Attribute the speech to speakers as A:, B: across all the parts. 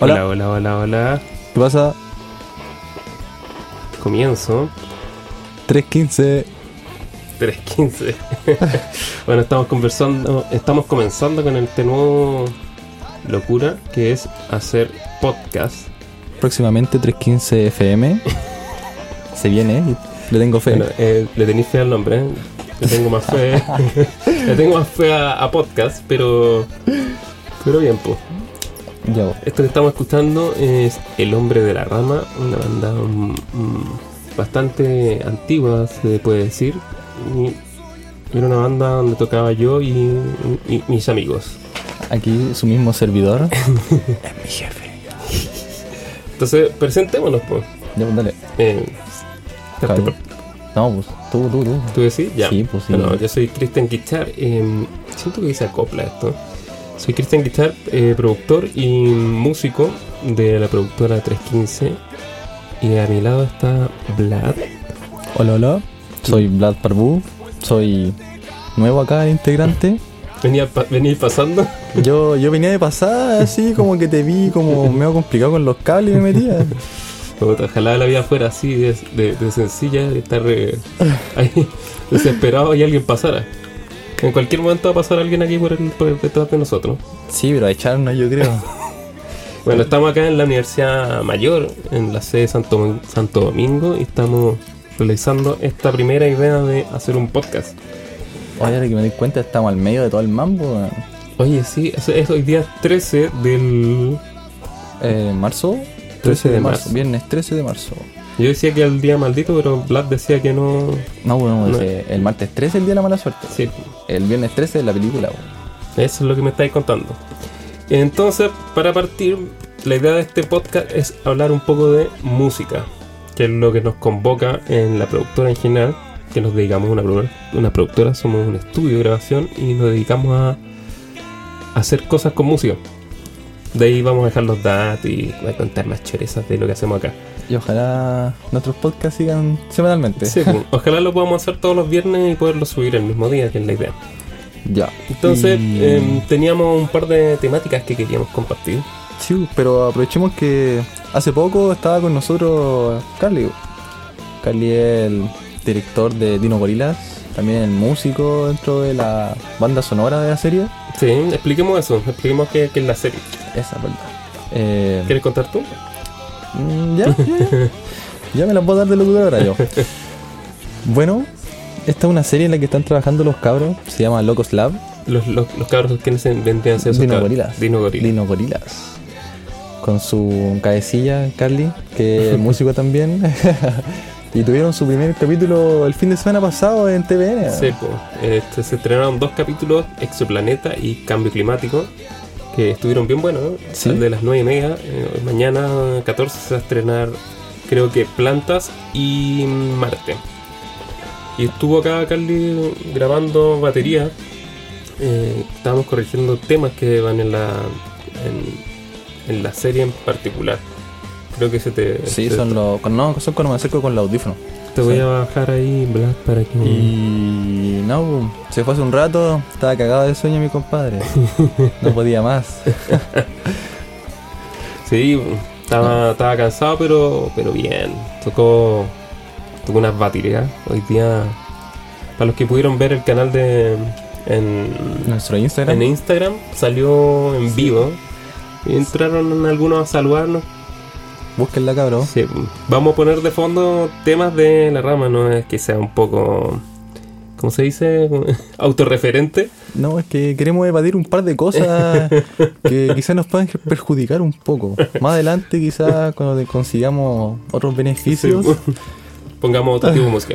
A: Hola.
B: Hola, hola, hola, hola.
A: ¿Qué pasa?
B: Comienzo.
A: 3.15.
B: 3.15. bueno, estamos conversando, estamos comenzando con este nuevo locura que es hacer podcast.
A: Próximamente 3.15 FM. Se viene, ¿eh? le tengo fe.
B: Bueno, eh, le tenéis fe al nombre, ¿eh? le tengo más fe, le tengo más fe a, a podcast, pero, pero bien, pues.
A: Ya, vos.
B: Esto que estamos escuchando es El Hombre de la Rama, una banda mm, mm, bastante antigua, se puede decir. Y era una banda donde tocaba yo y, y mis amigos.
A: Aquí su mismo servidor. es mi jefe.
B: Entonces, presentémonos, pues.
A: Ya, pues, dale.
B: Eh,
A: Javi. No, pues tú, tú, tú.
B: ¿Tú decís? Ya.
A: Sí, pues, sí.
B: Bueno, yo soy Cristian Guichar. eh, siento que dice acopla esto. Soy Cristian Guichar, eh, productor y músico de la productora 315. Y a mi lado está Vlad.
A: Hola, hola. Soy Vlad Parbu. Soy nuevo acá integrante.
B: Venía, pa- venía pasando.
A: Yo, yo venía de pasada, así como que te vi como medio complicado con los cables y me metía.
B: Puta, Ojalá la vida fuera así de, de- de sencilla, de estar eh, ahí desesperado y alguien pasara. En cualquier momento va a pasar alguien aquí por, el- por el- detrás de nosotros.
A: Sí, pero a echarnos yo creo.
B: Bueno, estamos acá en la Universidad Mayor, en la sede de Santo, Mon- Santo Domingo, y estamos realizando esta primera idea de hacer un podcast.
A: Oye, ahora que me doy cuenta, estamos al medio de todo el mambo. weón.
B: Oye, sí, eso es hoy día 13 del...
A: Eh, ¿Marzo?
B: 13 de marzo.
A: Viernes 13 de marzo.
B: Yo decía que era el día maldito, pero Vlad decía que no...
A: No, bueno,
B: No.
A: ese- el martes 13 es el día de la mala suerte.
B: Sí,
A: El viernes 13 es la película. weón.
B: Eso es lo que me estáis contando. Entonces, para partir, la idea de este podcast es hablar un poco de música, que es lo que nos convoca en la productora en general, que nos dedicamos a una, produ- una productora, somos un estudio de grabación y nos dedicamos a hacer cosas con música. De ahí vamos a dejar los datos y voy a contar más chorezas de lo que hacemos acá.
A: Y ojalá nuestros podcasts sigan semanalmente.
B: Sí, pues, ojalá lo podamos hacer todos los viernes y poderlo subir el mismo día, que es la idea.
A: Ya.
B: Entonces,
A: Y-
B: em, teníamos un par de temáticas que queríamos compartir.
A: Sí, pero aprovechemos que hace poco estaba con nosotros Carly. weón. Carly es el director de Dino Gorilas. También el músico dentro de la banda sonora de la serie.
B: Sí, expliquemos eso, expliquemos qué, qué es la serie.
A: Esa, verdad. Eh,
B: ¿Quieres contar tú?
A: Mm, Ya, ya, ya me las puedo dar de locutor ahora yo. Bueno, esta es una serie en la que están trabajando los cabros, se llama Locos Lab,
B: Los, los, los cabros que se vendrían a ser esos
A: Dino
B: cabros?
A: Gorilas.
B: Dino Gorila.
A: Dino Gorilas. Con su cabecilla, Carly, que es músico también. y tuvieron su primer capítulo el fin de semana pasado en TVN.
B: Sí, po. Este, se estrenaron dos capítulos, Exoplaneta y Cambio Climático, que estuvieron bien buenos. ¿no?
A: Sí.
B: El de las 9 y media, eh, mañana 14 se va a estrenar, creo que Plantas y Marte. Y estuvo acá Carly grabando batería. Eh, estábamos corrigiendo temas que van en la, en, en la serie en particular. Creo que se te.
A: Sí,
B: se-
A: son los. con- No, son cuando me acerco con los audífonos.
B: Te voy a bajar ahí, Blas, para que.
A: Y no, se fue hace un rato, estaba cagado de sueño mi compadre. No podía más.
B: Sí, estaba, estaba cansado, pero, pero bien. Tocó, tocó unas batireas. Hoy día, para los que pudieron ver el canal de en,
A: Nuestro Instagram.
B: en Instagram, salió en vivo. Y entraron algunos a saludarnos.
A: Búsquenla, cabrón.
B: Sí, vamos a poner de fondo temas de la rama, no es que sea un poco, ¿cómo se dice? Autorreferente.
A: No, es que queremos evadir un par de cosas que quizás nos puedan perjudicar un poco. Más adelante, quizás cuando te- consigamos otros beneficios.
B: Sí. Pongamos otro tipo de música.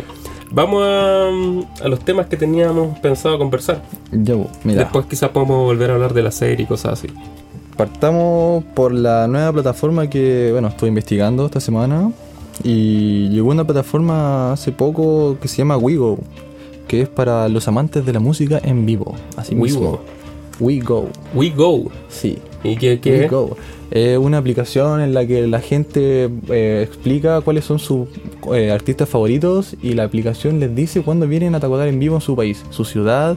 B: Vamos a, a los temas que teníamos pensado conversar.
A: Yo, mira,
B: pues. Después quizás podemos volver a hablar de la serie y cosas así.
A: partamos por la nueva plataforma que, bueno, estuve investigando esta semana. Y llegó una plataforma hace poco que se llama WeGo, que es para los amantes de la música en vivo. Así
B: We
A: mismo.
B: Go.
A: WeGo,
B: We Go.
A: sí.
B: ¿Y qué? qué?
A: Go. Es una aplicación en la que la gente eh, explica cuáles son sus eh, artistas favoritos y la aplicación les dice cuándo vienen a tocar en vivo en su país, su ciudad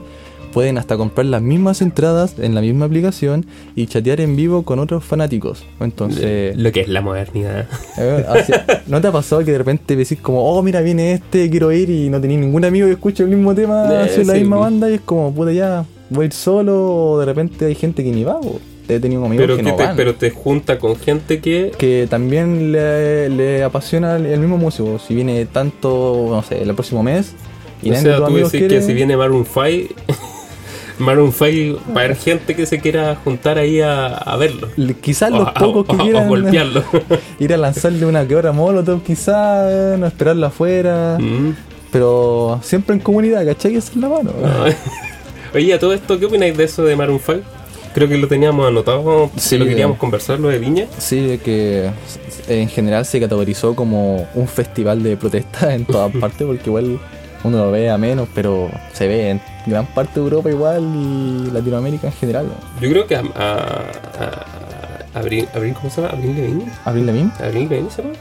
A: Pueden hasta comprar las mismas entradas en la misma aplicación y chatear en vivo con otros fanáticos. Entonces,
B: Eh, Lo que es la modernidad.
A: eh, así- ¿no te ha pasado que de repente decís como, oh, mira, viene este, quiero ir y no tenés ningún amigo que escuche el mismo tema,
B: Eh,
A: soy la
B: sí.
A: misma banda y es como, puta, ya, voy a ir solo o de repente hay gente que ni va. o He tenido amigos
B: Pero,
A: que
B: que
A: no
B: te,
A: van.
B: pero te junta con gente que.
A: que también le, le apasiona el el mismo músico. Si viene tanto, no sé, el próximo mes y
B: o
A: nadie de
B: sea,
A: tus
B: tú
A: amigos
B: decís
A: quiere-
B: que si viene Maroon 5. Maroon 5 va a haber gente que se quiera juntar ahí a, a verlo.
A: l- quizás
B: O
A: los
B: a-
A: pocos
B: o-
A: que
B: o
A: quieran
B: golpearlo.
A: ir a lanzarle una que otra molotov, quizás, eh, no esperarlo afuera,
B: Mm.
A: pero siempre en comunidad, ¿cachai? Esa es la mano.
B: Ah. Oye, a todo esto, ¿qué opináis de eso de Maroon 5? Creo que lo teníamos anotado, que
A: Sí,
B: lo queríamos
A: eh.
B: conversar, lo de Viña.
A: Sí, de que s- en general se categorizó como un festival de protesta en todas partes, porque igual uno lo ve a menos, pero se ve en gran parte de Europa igual y Latinoamérica en general. ¿no?
B: Yo creo que a. a- a- Abril, Abril, ¿cómo se llama? Abril Lavigne.
A: Abril Lavigne.
B: Abril Lavigne se llama.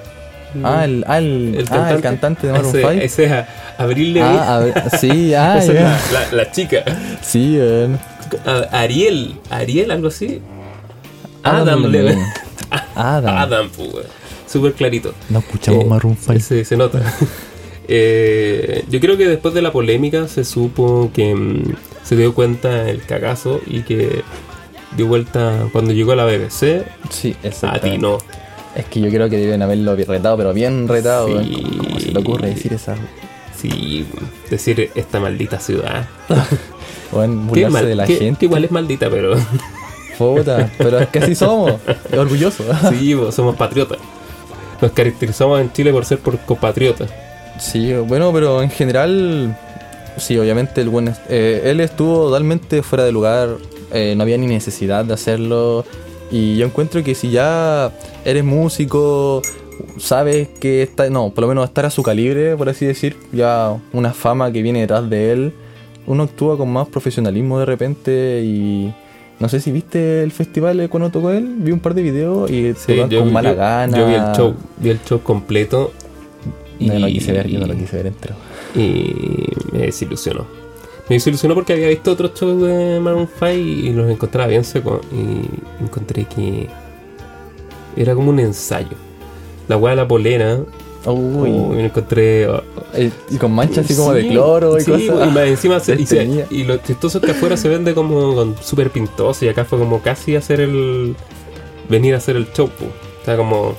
A: Ah, el, ah, el, ah, el cantante. de Maroon
B: Mm. Ese-
A: 5.
B: Ese es a- Abril Lavigne.
A: Ah, a ver, sí, ah,
B: Esa es
A: ya.
B: la, la- la chica.
A: Sí, eh,
B: A- Ariel, Ariel, algo así.
A: Adam
B: Adam
A: Levine.
B: Levine.
A: Adam.
B: Adam, pues, weón. súper clarito.
A: No escuchamos
B: Eh,
A: Maroon 5.
B: Sí, se nota. Eh, yo creo que después de la polémica se supo que mm, se dio cuenta el cagazo y que dio vuelta cuando llegó a la BBC.
A: Sí,
B: A
A: exacto.
B: ti no.
A: Es que yo creo que deben haberlo retado, pero bien retado.
B: Sí.
A: eh. ¿Cómo, cómo se te ocurre decir esa?
B: Sí, decir esta maldita ciudad.
A: Weón,
B: Que es
A: burlarse
B: mal-
A: de la
B: que- que
A: gente.
B: igual es maldita, pero
A: Puta, pero es que así somos. Orgulloso.
B: sí, bo, somos patriotas. Nos caracterizamos en Chile por ser por compatriotas.
A: Sí, bueno, pero en general, sí, obviamente el buen, eh, él estuvo totalmente fuera de lugar, eh, no había ni necesidad de hacerlo. Y yo encuentro que si ya eres músico, sabes que está, no, por lo menos estar a su calibre, por así decir, ya una fama que viene detrás de él, uno actúa con más profesionalismo de repente y no sé si viste el festival eh, cuando tocó él, vi un par de videos y tocaban con mala gana.
B: yo vi el show, vi el show completo.
A: No, yo no lo quise ver, yo no lo quise ver entero.
B: Y me desilusionó. Me desilusionó porque había visto otros shows de Maroon 5 y los encontraba bien secos. Y encontré que era como un ensayo. La hueá de la polera.
A: Uy.
B: Uy, me encontré. oh,
A: Eh, Y con manchas así como de
B: sí,
A: cloro y
B: sí,
A: cosas.
B: Y más encima se- y, se-
A: Tenía.
B: y lo chistoso es que afuera se vende como con súper pintoso y acá fue como casi hacer el. venir a hacer el show. po. O sea, como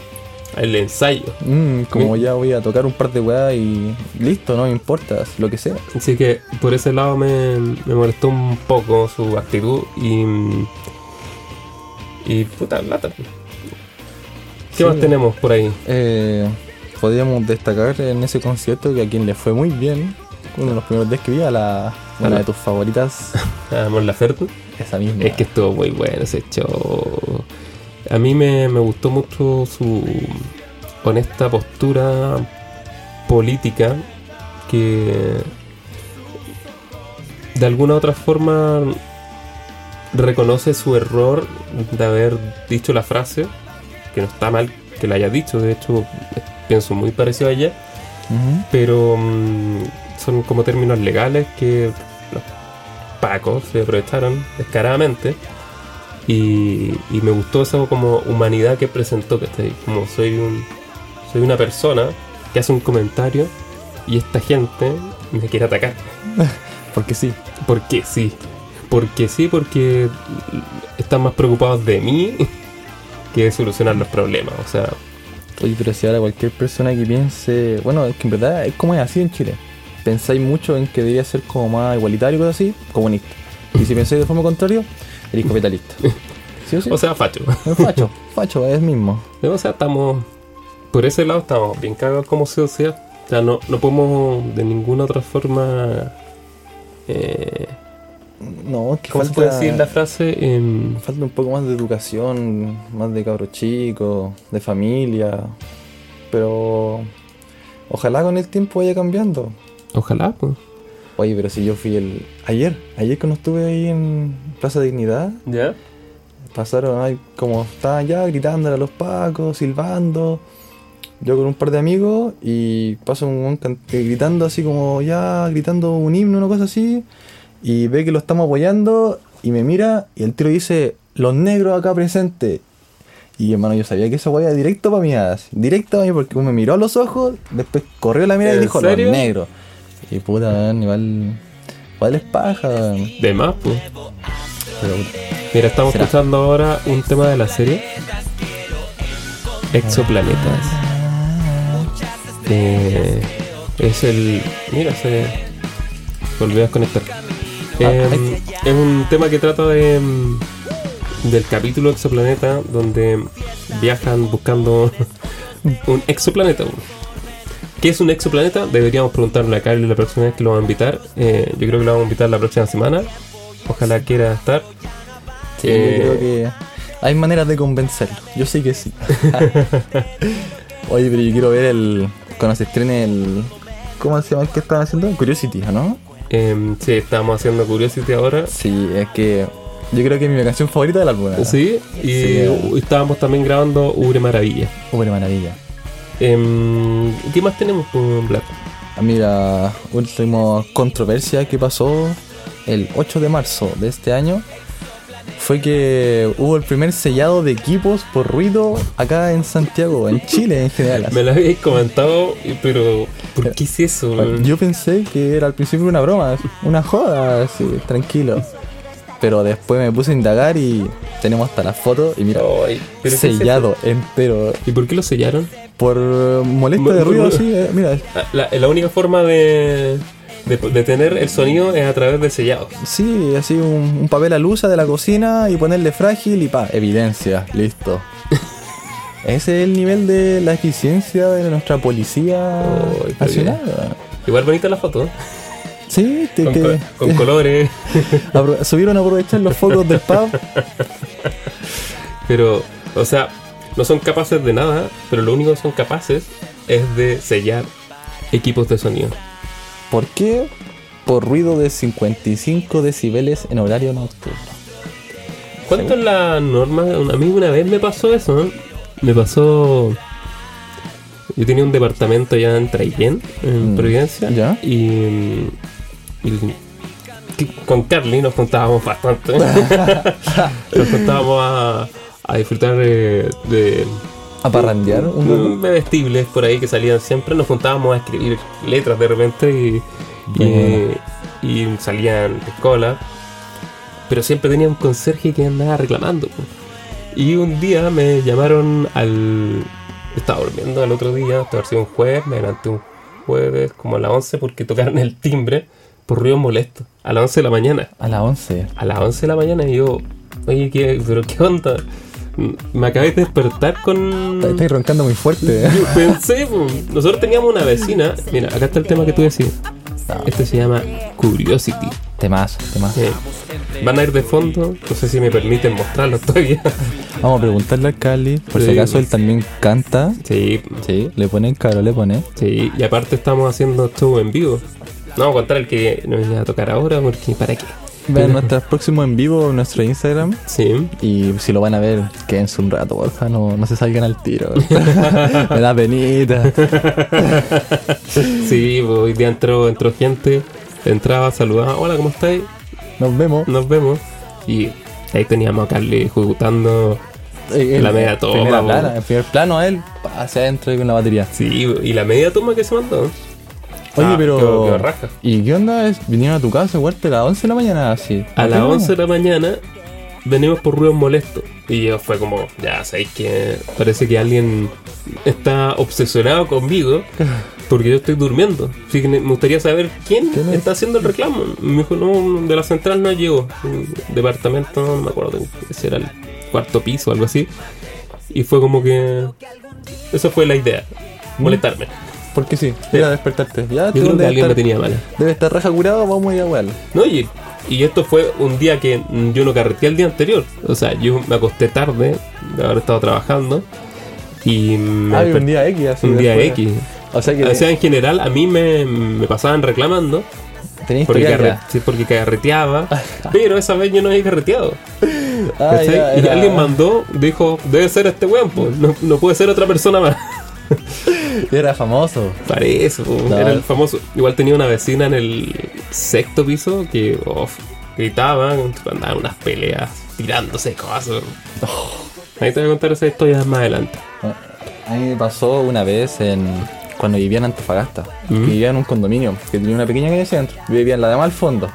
B: el ensayo.
A: Mm, como ya voy a tocar un par de weas y listo, no me importa, lo que sea.
B: Así que por ese lado me, me molestó un poco su actitud y. Y puta lata. ¿Qué
A: Sí.
B: más tenemos por ahí?
A: Eh, podríamos destacar en ese concierto que a quien le fue muy bien, uno de los primeros días que vi, a la, una
B: la-
A: de tus favoritas,
B: A Ah, Mon Laferte.
A: esa misma.
B: Es que estuvo muy bueno ese show. A mí me, me gustó mucho su honesta postura política que de alguna u otra forma reconoce su error de haber dicho la frase, que no está mal que la haya dicho, de hecho pienso muy parecido a ella,
A: Ujú.
B: pero mm, son como términos legales que los pacos se aprovecharon descaradamente y, y me gustó esa como humanidad que presentó que como soy un soy una persona que hace un comentario y esta gente me quiere atacar
A: Porque sí,
B: porque sí porque sí porque están más preocupados de mí que de solucionar los problemas o sea
A: Oye, pero si ahora cualquier persona que piense, bueno, es que en verdad es como es así en Chile. Pensáis mucho en que debería ser como más igualitario y cosas así, comunista. Y si pensáis de forma contraria, eres capitalista. ¿Sí o sí?
B: o sea facho
A: Es facho, facho, es mismo.
B: O sea, estamos. Por ese lado estamos bien cagados como sociedad. O sea, no, no podemos de ninguna otra forma. eh,
A: No, es que
B: ¿Cómo
A: falta,
B: se puede decir la frase? Em,
A: falta un poco más de educación, más de cabros chicos, de familia. Pero ojalá con el tiempo vaya cambiando.
B: ojalá, pues.
A: Oye, pero si yo fui el. Ayer, ayer cuando estuve ahí en Plaza Dignidad,
B: ¿Ya?
A: pasaron ahí como estaban ya gritándole a los pacos, silbando. Yo con un par de amigos y paso un weón can- eh, gritando así como ya, gritando un himno, una cosa así. Y ve que lo estamos apoyando y me mira y el tiro dice, los negros acá presentes. Y hermano, yo sabía que esa weá era directo para mí, así, directo para mí, porque me miró a los ojos, después corrió la mirada y
B: ¿En
A: dijo,
B: serio?
A: los negros. Y puta, weón, igual, igual es paja. weón.
B: De más, pues.
A: Pero,
B: Mira, estamos
A: Será.
B: escuchando ahora un tema de la serie Exoplanetas.
A: Ah.
B: Eh, es el. Mira, se volvió a desconectar. Eh,
A: Ah, ahí
B: es un tema que trata de mm, del capítulo Exoplaneta, donde viajan buscando un exoplaneta. ¿Qué es un exoplaneta? Deberíamos preguntarle a Carlos la próxima vez que lo vamos a invitar. Eh, yo creo que lo vamos a invitar la próxima semana. Ojalá quiera estar.
A: sí,
B: Eh.
A: yo creo que hay maneras de convencerlo. Yo sé que sí. Oye, pero yo quiero ver el. Cuando se estrene el. ¿Cómo se llama el que están haciendo? Curiosity, ¿o no?
B: Em, sí, estamos haciendo Curiosity ahora.
A: Sí, es que. Yo creo que es mi canción favorita del álbum. ¿eh?
B: Sí, y
A: Sí.
B: u- estábamos también grabando Ubre Maravilla.
A: Pobre maravilla.
B: Em, ¿Qué más tenemos por Black?
A: Ah, Mira, última controversia que pasó el 8 de marzo de este año fue que hubo el primer sellado de equipos por ruido acá en Santiago, en Chile en general.
B: Me lo habéis comentado, y- pero ¿por qué es eso?
A: Bueno, Yo pensé que era al principio una broma, una joda, así, tranquilo. Pero después me puse a indagar y tenemos hasta las fotos y mira,
B: Ay, Oh, pero ¿qué es eso?
A: sellado entero
B: ¿Y por qué lo sellaron?
A: por eh, molesta de
B: Por
A: ruido,
B: ruido.
A: sí, eh, mira,
B: Ah, La, la única forma de, de, de tener el sonido es a través de sellados.
A: sí, así un, un papel a lusa de la cocina y ponerle frágil y pa, evidencia, listo. Ese es el nivel de la eficiencia de nuestra policía
B: Oh, está
A: nacional.
B: Igual bonita la foto, ¿eh?
A: Sí, te,
B: con,
A: te-
B: co- con colores.
A: apro- subieron a aprovechar los focos del pub.
B: Pero, o sea, no son capaces de nada, pero lo único que son capaces es de sellar equipos de sonido.
A: ¿Por qué? Por ruido de 55 decibeles en horario nocturno.
B: ¿Cuánto es la norma? A mí una vez me pasó eso, ¿no? Me pasó... Yo tenía un departamento allá en Traillén, en
A: Mm,
B: Providencia.
A: ¿ya?
B: Y, y- que con Carly nos contábamos bastante. nos contábamos a, a disfrutar eh, de
A: ¿A parrandear? un rato?
B: Mm, Bebestibles por ahí que salían siempre, nos juntábamos a escribir letras de repente y, y,
A: Bueno.
B: y salían escolas. Pero siempre tenía un conserje que andaba reclamando. po. Y un día me llamaron al. Estaba durmiendo al otro día, esto haber sido un jueves, me levanté un jueves como a las 11 porque tocaron el timbre por ruido molesto. A las 11 de la mañana
A: A las 11.
B: a las 11 de la mañana y yo, oye, ¿qué, pero ¿qué onda? Me acabé de despertar con...
A: Está- Estáis roncando muy fuerte.
B: Yo pensé, po. nosotros teníamos una vecina, mira, acá está el tema que tú decías. Este se llama Curiosity.
A: Temazo, temazo.
B: Eh, Van a ir de fondo, no sé si me permiten mostrarlo todavía.
A: Vamos a preguntarle al Cali. Por si
B: Sí.
A: acaso él también canta.
B: Sí,
A: Sí. Le ponen caro, le pone.
B: sí, y aparte estamos haciendo show en vivo. No vamos a contar el que nos iba a tocar ahora, porque ¿para qué?
A: Vean nuestros próximos en vivo en nuestro Instagram.
B: Sí,
A: Y si lo van a ver, quédense un rato, porfa, no, no se salgan al tiro. Me da penita.
B: sí, po, hoy día entró, entró gente, entraba, saludaba, hola, ¿cómo estáis?
A: Nos vemos.
B: nos vemos. Y ahí teníamos a Carly ejecutando.
A: Eh,
B: La
A: eh,
B: media toma,
A: primera
B: po.
A: plana, En primer plano a él, ah, pa, hacia adentro y con la batería.
B: Sí, y la media toma que se mandó.
A: Oye,
B: Ah,
A: pero.
B: qué- qué raja.
A: ¿Y qué onda? Es- Vinieron a tu casa igual, pero a las 11 de la mañana, así.
B: A
A: ¿No
B: las
A: te
B: 11 de la mañana venimos por ruidos molestos. Y yo fue como, ya sabéis que parece que alguien está obsesionado conmigo porque yo estoy durmiendo. Así que me gustaría saber quién
A: ¿Quién es?
B: está haciendo el reclamo. Me dijo, no, de la central no llegó. Un Departamento, no me acuerdo si era el cuarto piso o algo así. Y fue como que. Esa fue la idea, molestarme.
A: Porque sí, ir a despertarte. Ya,
B: Yo
A: Mm. Ah, tú
B: creo que
A: debe
B: alguien me
A: estar,
B: tenía mala.
A: debe estar raja curado, vamos a Ah, ir a huearlo.
B: No, y, y esto fue un día que mm, yo no carreteé el día anterior. O sea, yo me acosté tarde de haber estado trabajando. Y me
A: Ah, y
B: desperté
A: un día X, así.
B: un día
A: después.
B: X.
A: O sea que
B: O sea, en general, a mí me, me pasaban reclamando
A: tenés
B: porque,
A: historia
B: carre-
A: ya.
B: sí, porque carreteaba. pero esa vez yo no había carreteado.
A: Ah,
B: ¿cachai?
A: ya,
B: y
A: era-
B: alguien mandó, dijo, debe ser este weón, po, no, no puede ser otra persona más.
A: Era famoso.
B: Parece, po,
A: No.
B: era el famoso. Igual tenía una vecina en el sexto piso que oh, gritaban, andaban unas peleas, tirándose cosas. Ahí te voy a contar esas historias más adelante.
A: A mí me pasó una vez en cuando vivía en Antofagasta.
B: Mm.
A: Vivía en un condominio que tenía una pequeña calle hacia adentro. Yo vivía en la de más al fondo.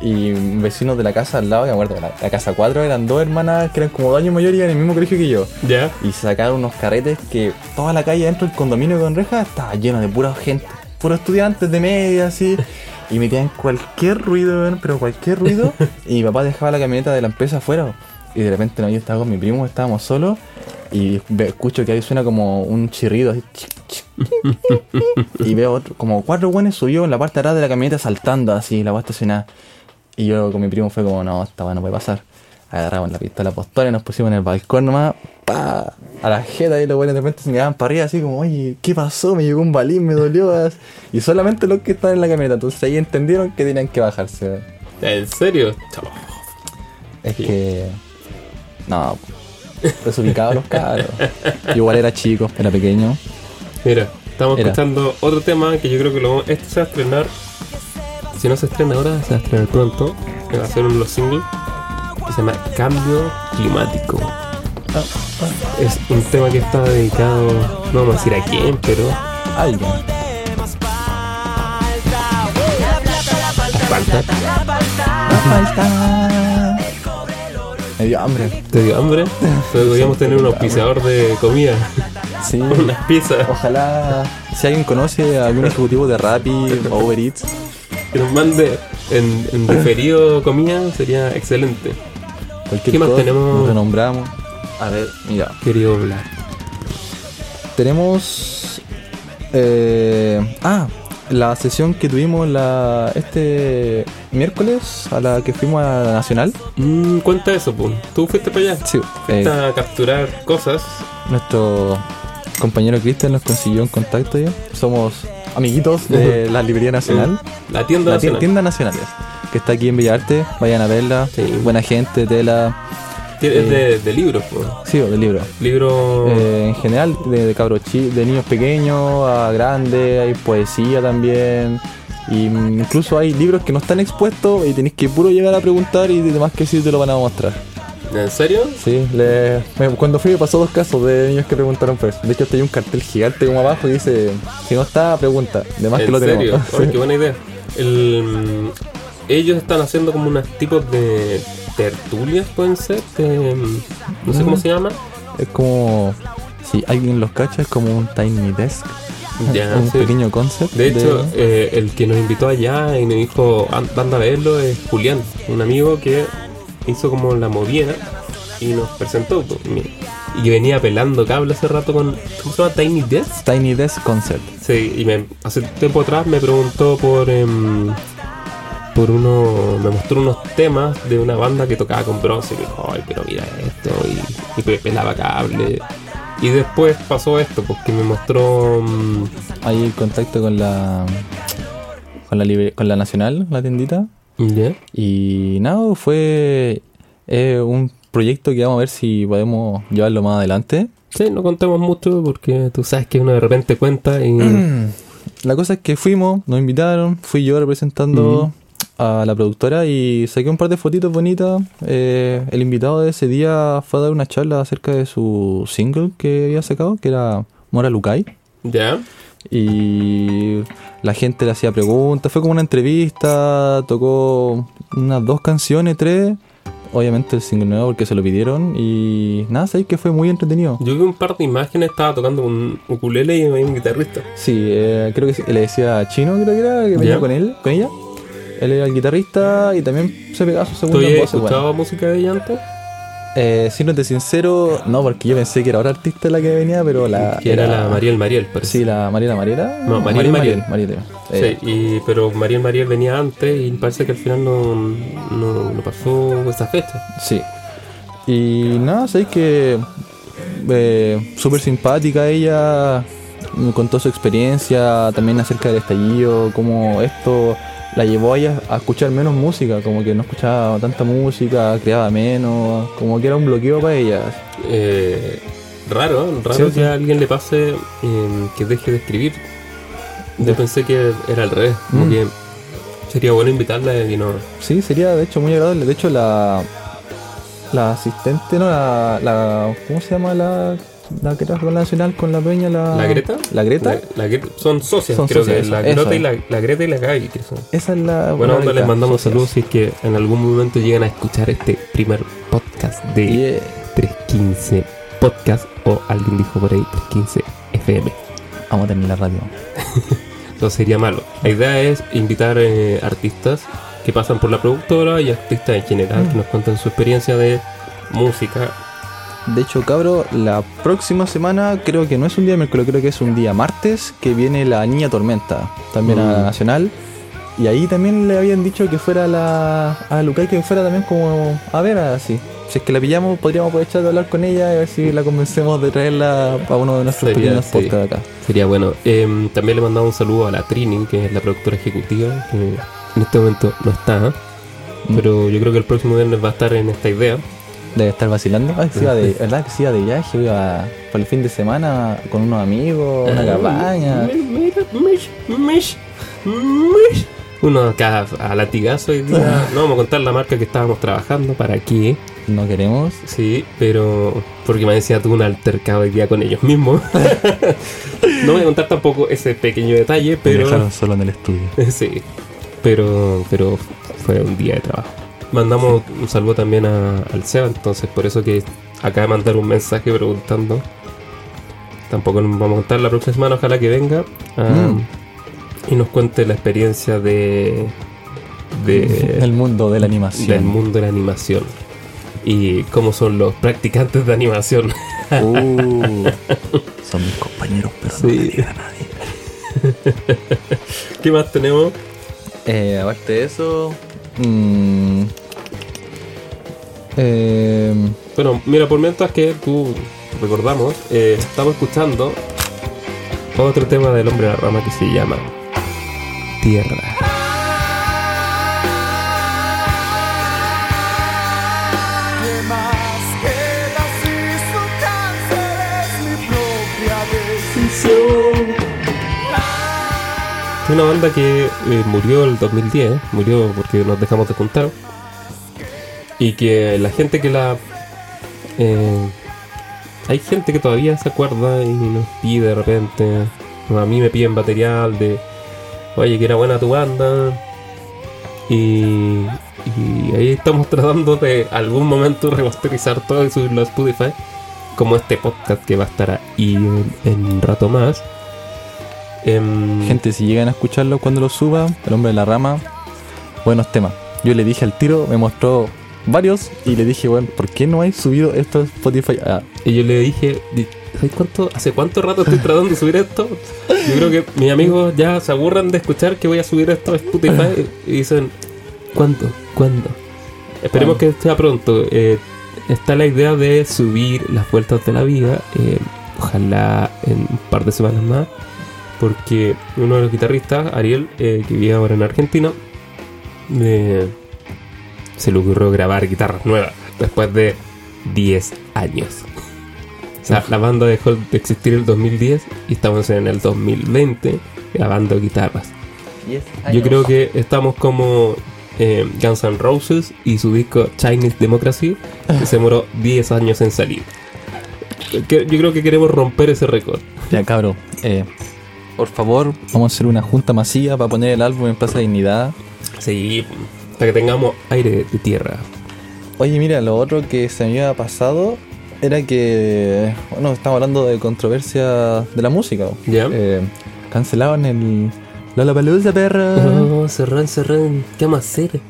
A: Y vecinos de la casa al lado, que me acuerdo, la, la casa 4 eran dos hermanas que eran como dos años mayores y iban en el mismo colegio que yo.
B: ¿Ya?
A: Y sacaron unos carretes que toda la calle dentro del condominio con rejas estaba lleno de pura gente, puros estudiantes de media, así. Y metían cualquier ruido, weón, pero cualquier ruido. y mi papá dejaba la camioneta de la empresa afuera. weón. Y de repente no, yo estaba con mi primo, estábamos solos. Y ve- escucho que ahí suena como un chirrido así. chic, chic, chic, chic, chic. y veo otro, como cuatro buenos subió en la parte de atrás de la camioneta saltando así, la voy a estacionar. Y yo con mi primo fue como, no, esta weá no puede pasar. Agarramos la pistola postora y nos pusimos en el balcón nomás, pa, a la jeta y los buenos de repente se miraban para arriba así como, oye, ¿qué pasó? Me llegó un balín, me dolió. as". Y solamente los que estaban en la camioneta, entonces ahí entendieron que tenían que bajarse.
B: ¿En serio? Chao.
A: Es que. No, desubicados los cabros. Yo igual era chico, era pequeño.
B: Mira, estamos
A: Era.
B: escuchando otro tema que yo creo que lo vamos- este se va a estrenar. Si no se estrena ahora, se va a estrenar pronto. que Va a ser uno de los singles. que se llama Cambio Climático. Es un tema que está dedicado, no vamos a decir a quién, pero
A: Alguien.
B: falta.
A: Me dio hambre.
B: Te dio hambre. Pero deberíamos tener un auspiciador de comida,
A: Sí.
B: unas pizzas,
A: Ojalá si alguien conoce a algún ejecutivo de Rappi o Uber Eats.
B: que nos mande en, en referido comida, sería excelente.
A: Cualquier
B: ¿Qué más
A: cosa,
B: tenemos?
A: Nos renombramos. A ver, mira.
B: Querido Blas.
A: Tenemos. eh, ah, la sesión que tuvimos la, este miércoles a la que fuimos a la Nacional.
B: Mm, cuenta eso, pum. Tú fuiste para allá.
A: Sí, eh,
B: Fuiste a capturar cosas.
A: nuestro compañero Cristian nos consiguió un contacto ya. Somos amiguitos de la Librería Nacional.
B: La tienda
A: La ti-
B: nacional.
A: tienda nacional que está aquí en Villarte. Vayan a verla.
B: Sí.
A: Buena gente, tela.
B: Tien- es de, de libros, po.
A: Sí, del libro.
B: Libro.
A: Eh, en general, de, de cabros chi- de niños pequeños a grandes, hay poesía también. Y mm, incluso hay libros que no están expuestos y tenés que puro llegar a preguntar y demás que sí te lo van a mostrar.
B: ¿En serio?
A: Sí, le- me- cuando fui me pasó dos casos de niños que preguntaron pues. De hecho, hasta hay un cartel gigante como abajo que dice, si no está, pregunta. De más
B: ¿En
A: que lo
B: serio?
A: tenemos.
B: Ay, qué buena idea. El, mm, ellos están haciendo como unos tipos de tertulias, pueden ser. de, mm, no sé cómo se llama.
A: Es como, si alguien los cacha, es como un tiny desk.
B: Ya,
A: un
B: sí.
A: pequeño concept.
B: De hecho, eh, el que nos invitó allá y me dijo, "An- anda a verlo, es Julián, un amigo que hizo como la movida y nos presentó. po. Y y venía pelando cable hace rato con, ¿cómo se llama? Tiny Desk.
A: Tiny Desk Concept.
B: Sí, y me, hace tiempo atrás me preguntó por em, por uno, me mostró unos temas de una banda que tocaba con bronce y me dijo, ay, pero mira esto, y, y pe- pelaba cable. Y después pasó esto, porque me mostró... mm,
A: Ahí el contacto con la con la libre- con la nacional, la tiendita.
B: ¿ya?
A: Y nada, fue eh, un proyecto que vamos a ver si podemos llevarlo más adelante.
B: Sí, no contamos mucho porque tú sabes que uno de repente cuenta y...
A: La cosa es que fuimos, nos invitaron, fui yo representando a la productora y saqué un par de fotitos bonitas. Eh, el invitado de ese día fue a dar una charla acerca de su single que había sacado, que era Mora Lucay.
B: ¿Ya?
A: y la gente le hacía preguntas, fue como una entrevista, tocó unas dos canciones, tres, obviamente el single nuevo porque se lo pidieron y nada, sabéis que fue muy entretenido.
B: Yo vi un par de imágenes, estaba tocando un ukulele y un guitarrista.
A: Sí, eh, creo que sí, le decía a Chino, creo que era, que venía
B: Ya.
A: con él, con ella. Él era el guitarrista y también se pegaba su
B: ¿Tú
A: segunda
B: ya
A: voz.
B: escuchado música de ella antes?
A: Eh, siéndote sincero, no, porque yo pensé que era otra artista la que venía, pero la...
B: Que era, la Mariel Mariel, parece.
A: Sí, la Mariela Mariela.
B: No, Mariel Mariel.
A: Mariel, eh,
B: Sí, y- pero Mariel Mariel venía antes y parece que al final no, no, no pasó esa fecha.
A: Sí. Y nada, sé que eh, súper simpática ella, me contó su experiencia también acerca del estallido, cómo esto la llevó a ella a escuchar menos música, como que no escuchaba tanta música, creaba menos, como que era un bloqueo para ella.
B: Eh, raro, raro
A: Sí,
B: que
A: sí.
B: a alguien le pase eh, que deje de escribir. Yo pensé que era al revés, como
A: Mm.
B: que Sería bueno invitarla y no.
A: Sí, sería de hecho muy agradable. De hecho, la, la asistente, no, la, la- ¿Cómo se llama la, la que trabaja con la nacional con la peña? La,
B: ¿La Greta?
A: Ah. ¿La Greta?
B: La- la Gre- son socias,
A: Son
B: creo
A: socias,
B: que. La,
A: eso, eso
B: Grota y
A: es.
B: la, la Greta y la Gaby, que son.
A: Esa es la.
B: Bueno,
A: la
B: onda, les
A: Greta,
B: mandamos
A: socias.
B: saludos si es que en algún momento llegan a escuchar este primer podcast de
A: Yeah.
B: 315 Podcast o alguien dijo por ahí 315 FM.
A: Vamos a tener la radio.
B: No sería malo. La idea es invitar eh, artistas que pasan por la productora y artistas en general
A: Mm.
B: que nos cuenten su experiencia de música.
A: De hecho, cabro, la próxima semana creo que no es un día miércoles, creo que es un día martes que viene la Niña Tormenta, también a
B: Mm.
A: la Nacional. Y ahí también le habían dicho que fuera la, a Lucay que fuera también como a ver así. Si es que la pillamos, podríamos aprovechar de hablar con ella y a ver si la convencemos de traerla a uno de nuestros
B: Sería,
A: pequeños
B: sí.
A: podcasts acá.
B: Sería bueno. Em, también le mandamos un saludo a la Trini, que es la productora ejecutiva, que en este momento no está.
A: Mm.
B: Pero yo creo que el próximo viernes va a estar en esta idea.
A: Debe estar vacilando. Ay, que se iba de, ¿Verdad que se iba de viaje? Iba para el fin de semana con unos amigos, una
B: Ah,
A: cabaña.
B: mi- Mira, mish, mish, mish. Uno acá a latigazo y dice,
A: Ah.
B: no vamos a contar la marca que estábamos trabajando, para qué,
A: No queremos.
B: sí, pero porque me decía tuve un altercado hoy día con ellos mismos. no voy a contar tampoco ese pequeño detalle, pero
A: solo en el estudio.
B: sí, pero pero fue un día de trabajo. Mandamos un saludo también a- al Seba, entonces por eso que acaba de mandar un mensaje preguntando. Tampoco nos vamos a contar la próxima semana, ojalá que venga. ah,
A: Mm.
B: y nos cuente la experiencia de, de-
A: Del mundo de la animación.
B: del mundo de la animación y cómo son los practicantes de animación.
A: Uh, son mis compañeros, pero
B: Sí.
A: a nadie.
B: ¿Qué más tenemos?
A: Eh, aparte de eso. mm, eh,
B: Bueno, mira, por mientras que tú recordamos, eh, estamos escuchando otro tema del hombre de la rama que se llama Tierra.
C: nadie más. El así cáncer es mi propia decisión.
B: Es una banda que eh, murió el 2010, murió porque nos dejamos de contar. Y que la gente que la. eh, hay gente que todavía se acuerda y nos pide de repente. A mí me piden material de. Oye, que era buena tu banda. Y. Y ahí estamos tratando de algún momento remasterizar todo y subirlo a Spotify. Como este podcast que va a estar ahí en, en un rato más. Em,
A: Gente, si llegan a escucharlo cuando lo suba, El hombre de la rama, buenos temas. Yo le dije al tiro, me mostró varios y le dije, bueno, ¿por qué no hay subido esto a Spotify? Ah,
B: Y yo le dije, di- "Ay, cuánto, ¿hace cuánto rato estoy tratando de subir esto? Yo creo que mis amigos ya se aburran de escuchar que voy a subir esto a Spotify y dicen, ¿cuándo? ¿Cuándo? Esperemos que sea pronto. Eh, está la idea de subir las vueltas de la vida, eh, ojalá en un par de semanas más, porque uno de los guitarristas, Ariel, eh, que vive ahora en Argentina, eh, se le ocurrió grabar guitarras nuevas después de 10 años. O sea, la banda dejó de existir en el 2010 y estamos en el 2020 grabando guitarras. Yo creo que estamos como eh, Guns N' Roses y su disco Chinese Democracy, que se demoró
A: Ah.
B: 10 años en salir. Que- Yo creo que queremos romper ese récord.
A: Ya, cabro, eh, por favor, vamos a hacer una junta masiva para poner el álbum en Plaza Dignidad.
B: Sí, hasta que tengamos aire de tierra.
A: Oye, mira, lo otro que se me había pasado era que, bueno, estamos hablando de controversia de la música.
B: ¿Ya?
A: Eh, cancelaban el Lollapalooza, perra.
B: Oh, cerrán, cerrán, ¿qué vamos a hacer?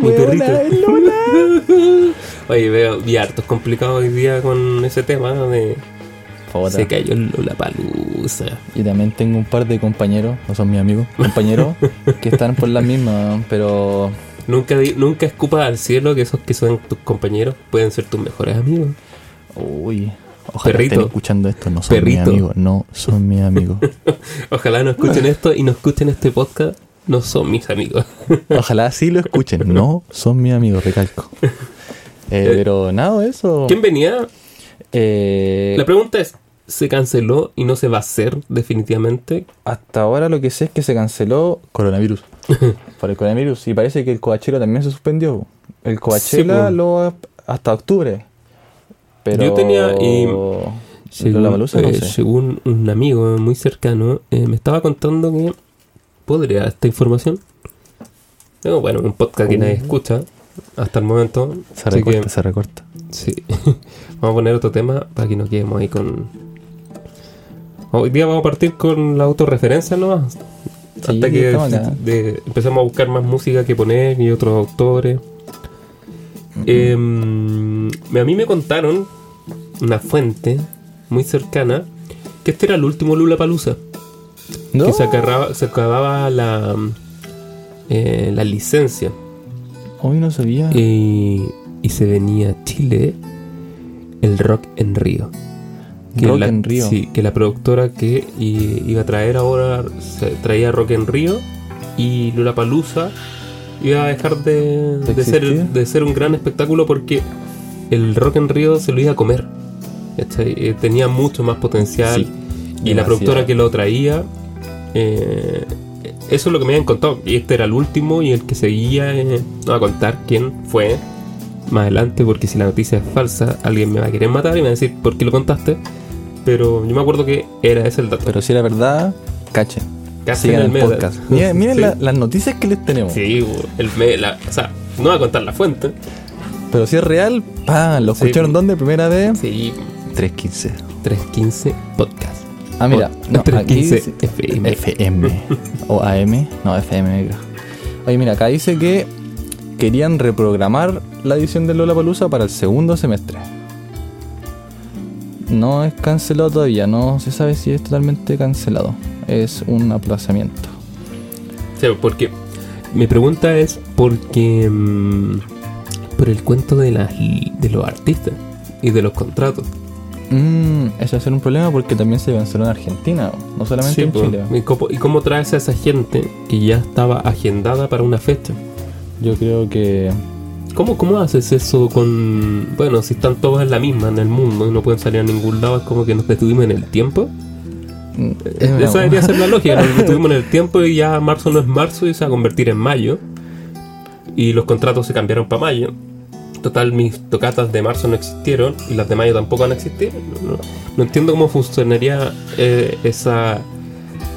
B: Mi
A: Huevona, eh.
B: perrito.
A: el Lola.
B: Oye, veo, vi hartos complicados hoy día con ese tema de.
A: Puta.
B: Se cayó la palusa.
A: Y también tengo un par de compañeros, no son mis amigos, compañeros, que están por la misma, pero
B: Nunca, di- nunca escupas al cielo que esos que son tus compañeros pueden ser tus mejores amigos.
A: uy, ojalá
B: Perrito.
A: estén escuchando esto, no son mis
B: Perrito.
A: amigos, no son mis amigos.
B: Ojalá no escuchen esto y no escuchen este podcast. No son mis amigos.
A: Ojalá sí lo escuchen, no son mis amigos, recalco. Eh, pero nada, eso.
B: ¿Quién venía?
A: Eh,
B: La pregunta es: se canceló y no se va a hacer definitivamente.
A: Hasta ahora lo que sé es que se canceló coronavirus. por el coronavirus. Y parece que el Coachella también se suspendió. El Coachella
B: pues.
A: lo hasta octubre. Pero
B: Yo tenía, y-
A: Según, la Balusa, no
B: eh,
A: sé.
B: según un amigo muy cercano, eh, me estaba contando que podría esta información. Eh, bueno, un podcast que nadie escucha hasta el momento.
A: Se
B: así
A: recorta,
B: que-
A: se recorta.
B: Sí. vamos a poner otro tema para que no quedemos ahí con. Hoy día vamos a partir con la autorreferencia nomás.
A: Sí,
B: hasta que
A: está bacán.
B: de- empezamos a buscar más música que poner y otros autores. Em, a mí me contaron una fuente muy cercana que este era el último Lula Palusa.
A: ¿No?
B: Que se acababa, se acababa la, eh, la licencia.
A: Hoy no sabía.
B: Y, y se venía a Chile el Rock en Río.
A: Rock
B: la,
A: en Río.
B: Sí, que la productora que i- iba a traer ahora se- traía Rock en Río y Lula Palusa iba a dejar de,
A: ¿De
B: de ser,
A: existir?
B: de ser un gran espectáculo porque el Rock en Río se lo iba a comer. ¿cachai? Eh, Tenía mucho más potencial
A: Sí,
B: y la
A: demasiado.
B: productora que lo traía. eh, eso es lo que me habían contado. Y este era el último y el que seguía eh, no va a contar quién fue más adelante, porque si la noticia es falsa, alguien me va a querer matar y me va a decir por qué lo contaste. Pero yo me acuerdo que era ese el dato.
A: Pero si era verdad, cachen.
B: Casi
A: Sigan
B: en
A: el
B: el medio.
A: podcast. Miren, miren
B: Sí.
A: la- las noticias que les tenemos.
B: Sí, bo, el me- la- o sea, no va a contar la fuente.
A: Pero si es real, ¡pam! ¿Lo
B: Sí.
A: escucharon dónde? Primera vez.
B: Sí,
A: 315.
B: 315 podcast.
A: Ah, mira.
B: O-
A: No, aquí
B: 315
A: dice-
B: FM.
A: FM. o AM. No, FM. creo. Oye, mira, acá dice que querían reprogramar la edición de Lola Palusa para el segundo semestre. No es cancelado todavía, no se sabe si es totalmente cancelado. Es un aplazamiento.
B: Sí, porque mi pregunta es porque mm, por el cuento de las de los artistas y de los contratos.
A: Mm, eso va a ser un problema porque también se canceló en Argentina, no solamente
B: Sí, pues,
A: en
B: po.
A: Chile.
B: ¿Y cómo, y cómo traes a esa gente que ya estaba agendada para una fecha?
A: Yo creo que
B: ¿Cómo, ¿Cómo haces eso con... Bueno, si están todos en la misma en el mundo y no pueden salir a ningún lado, es como que nos detuvimos en el tiempo.
A: mm, es una-
B: Esa debería ser la lógica, nos detuvimos en el tiempo y ya marzo no es marzo y se va a convertir en mayo. Y los contratos se cambiaron para mayo. Total, mis tocatas de marzo no existieron y las de mayo tampoco van a existir. No, no- no entiendo cómo funcionaría eh, esa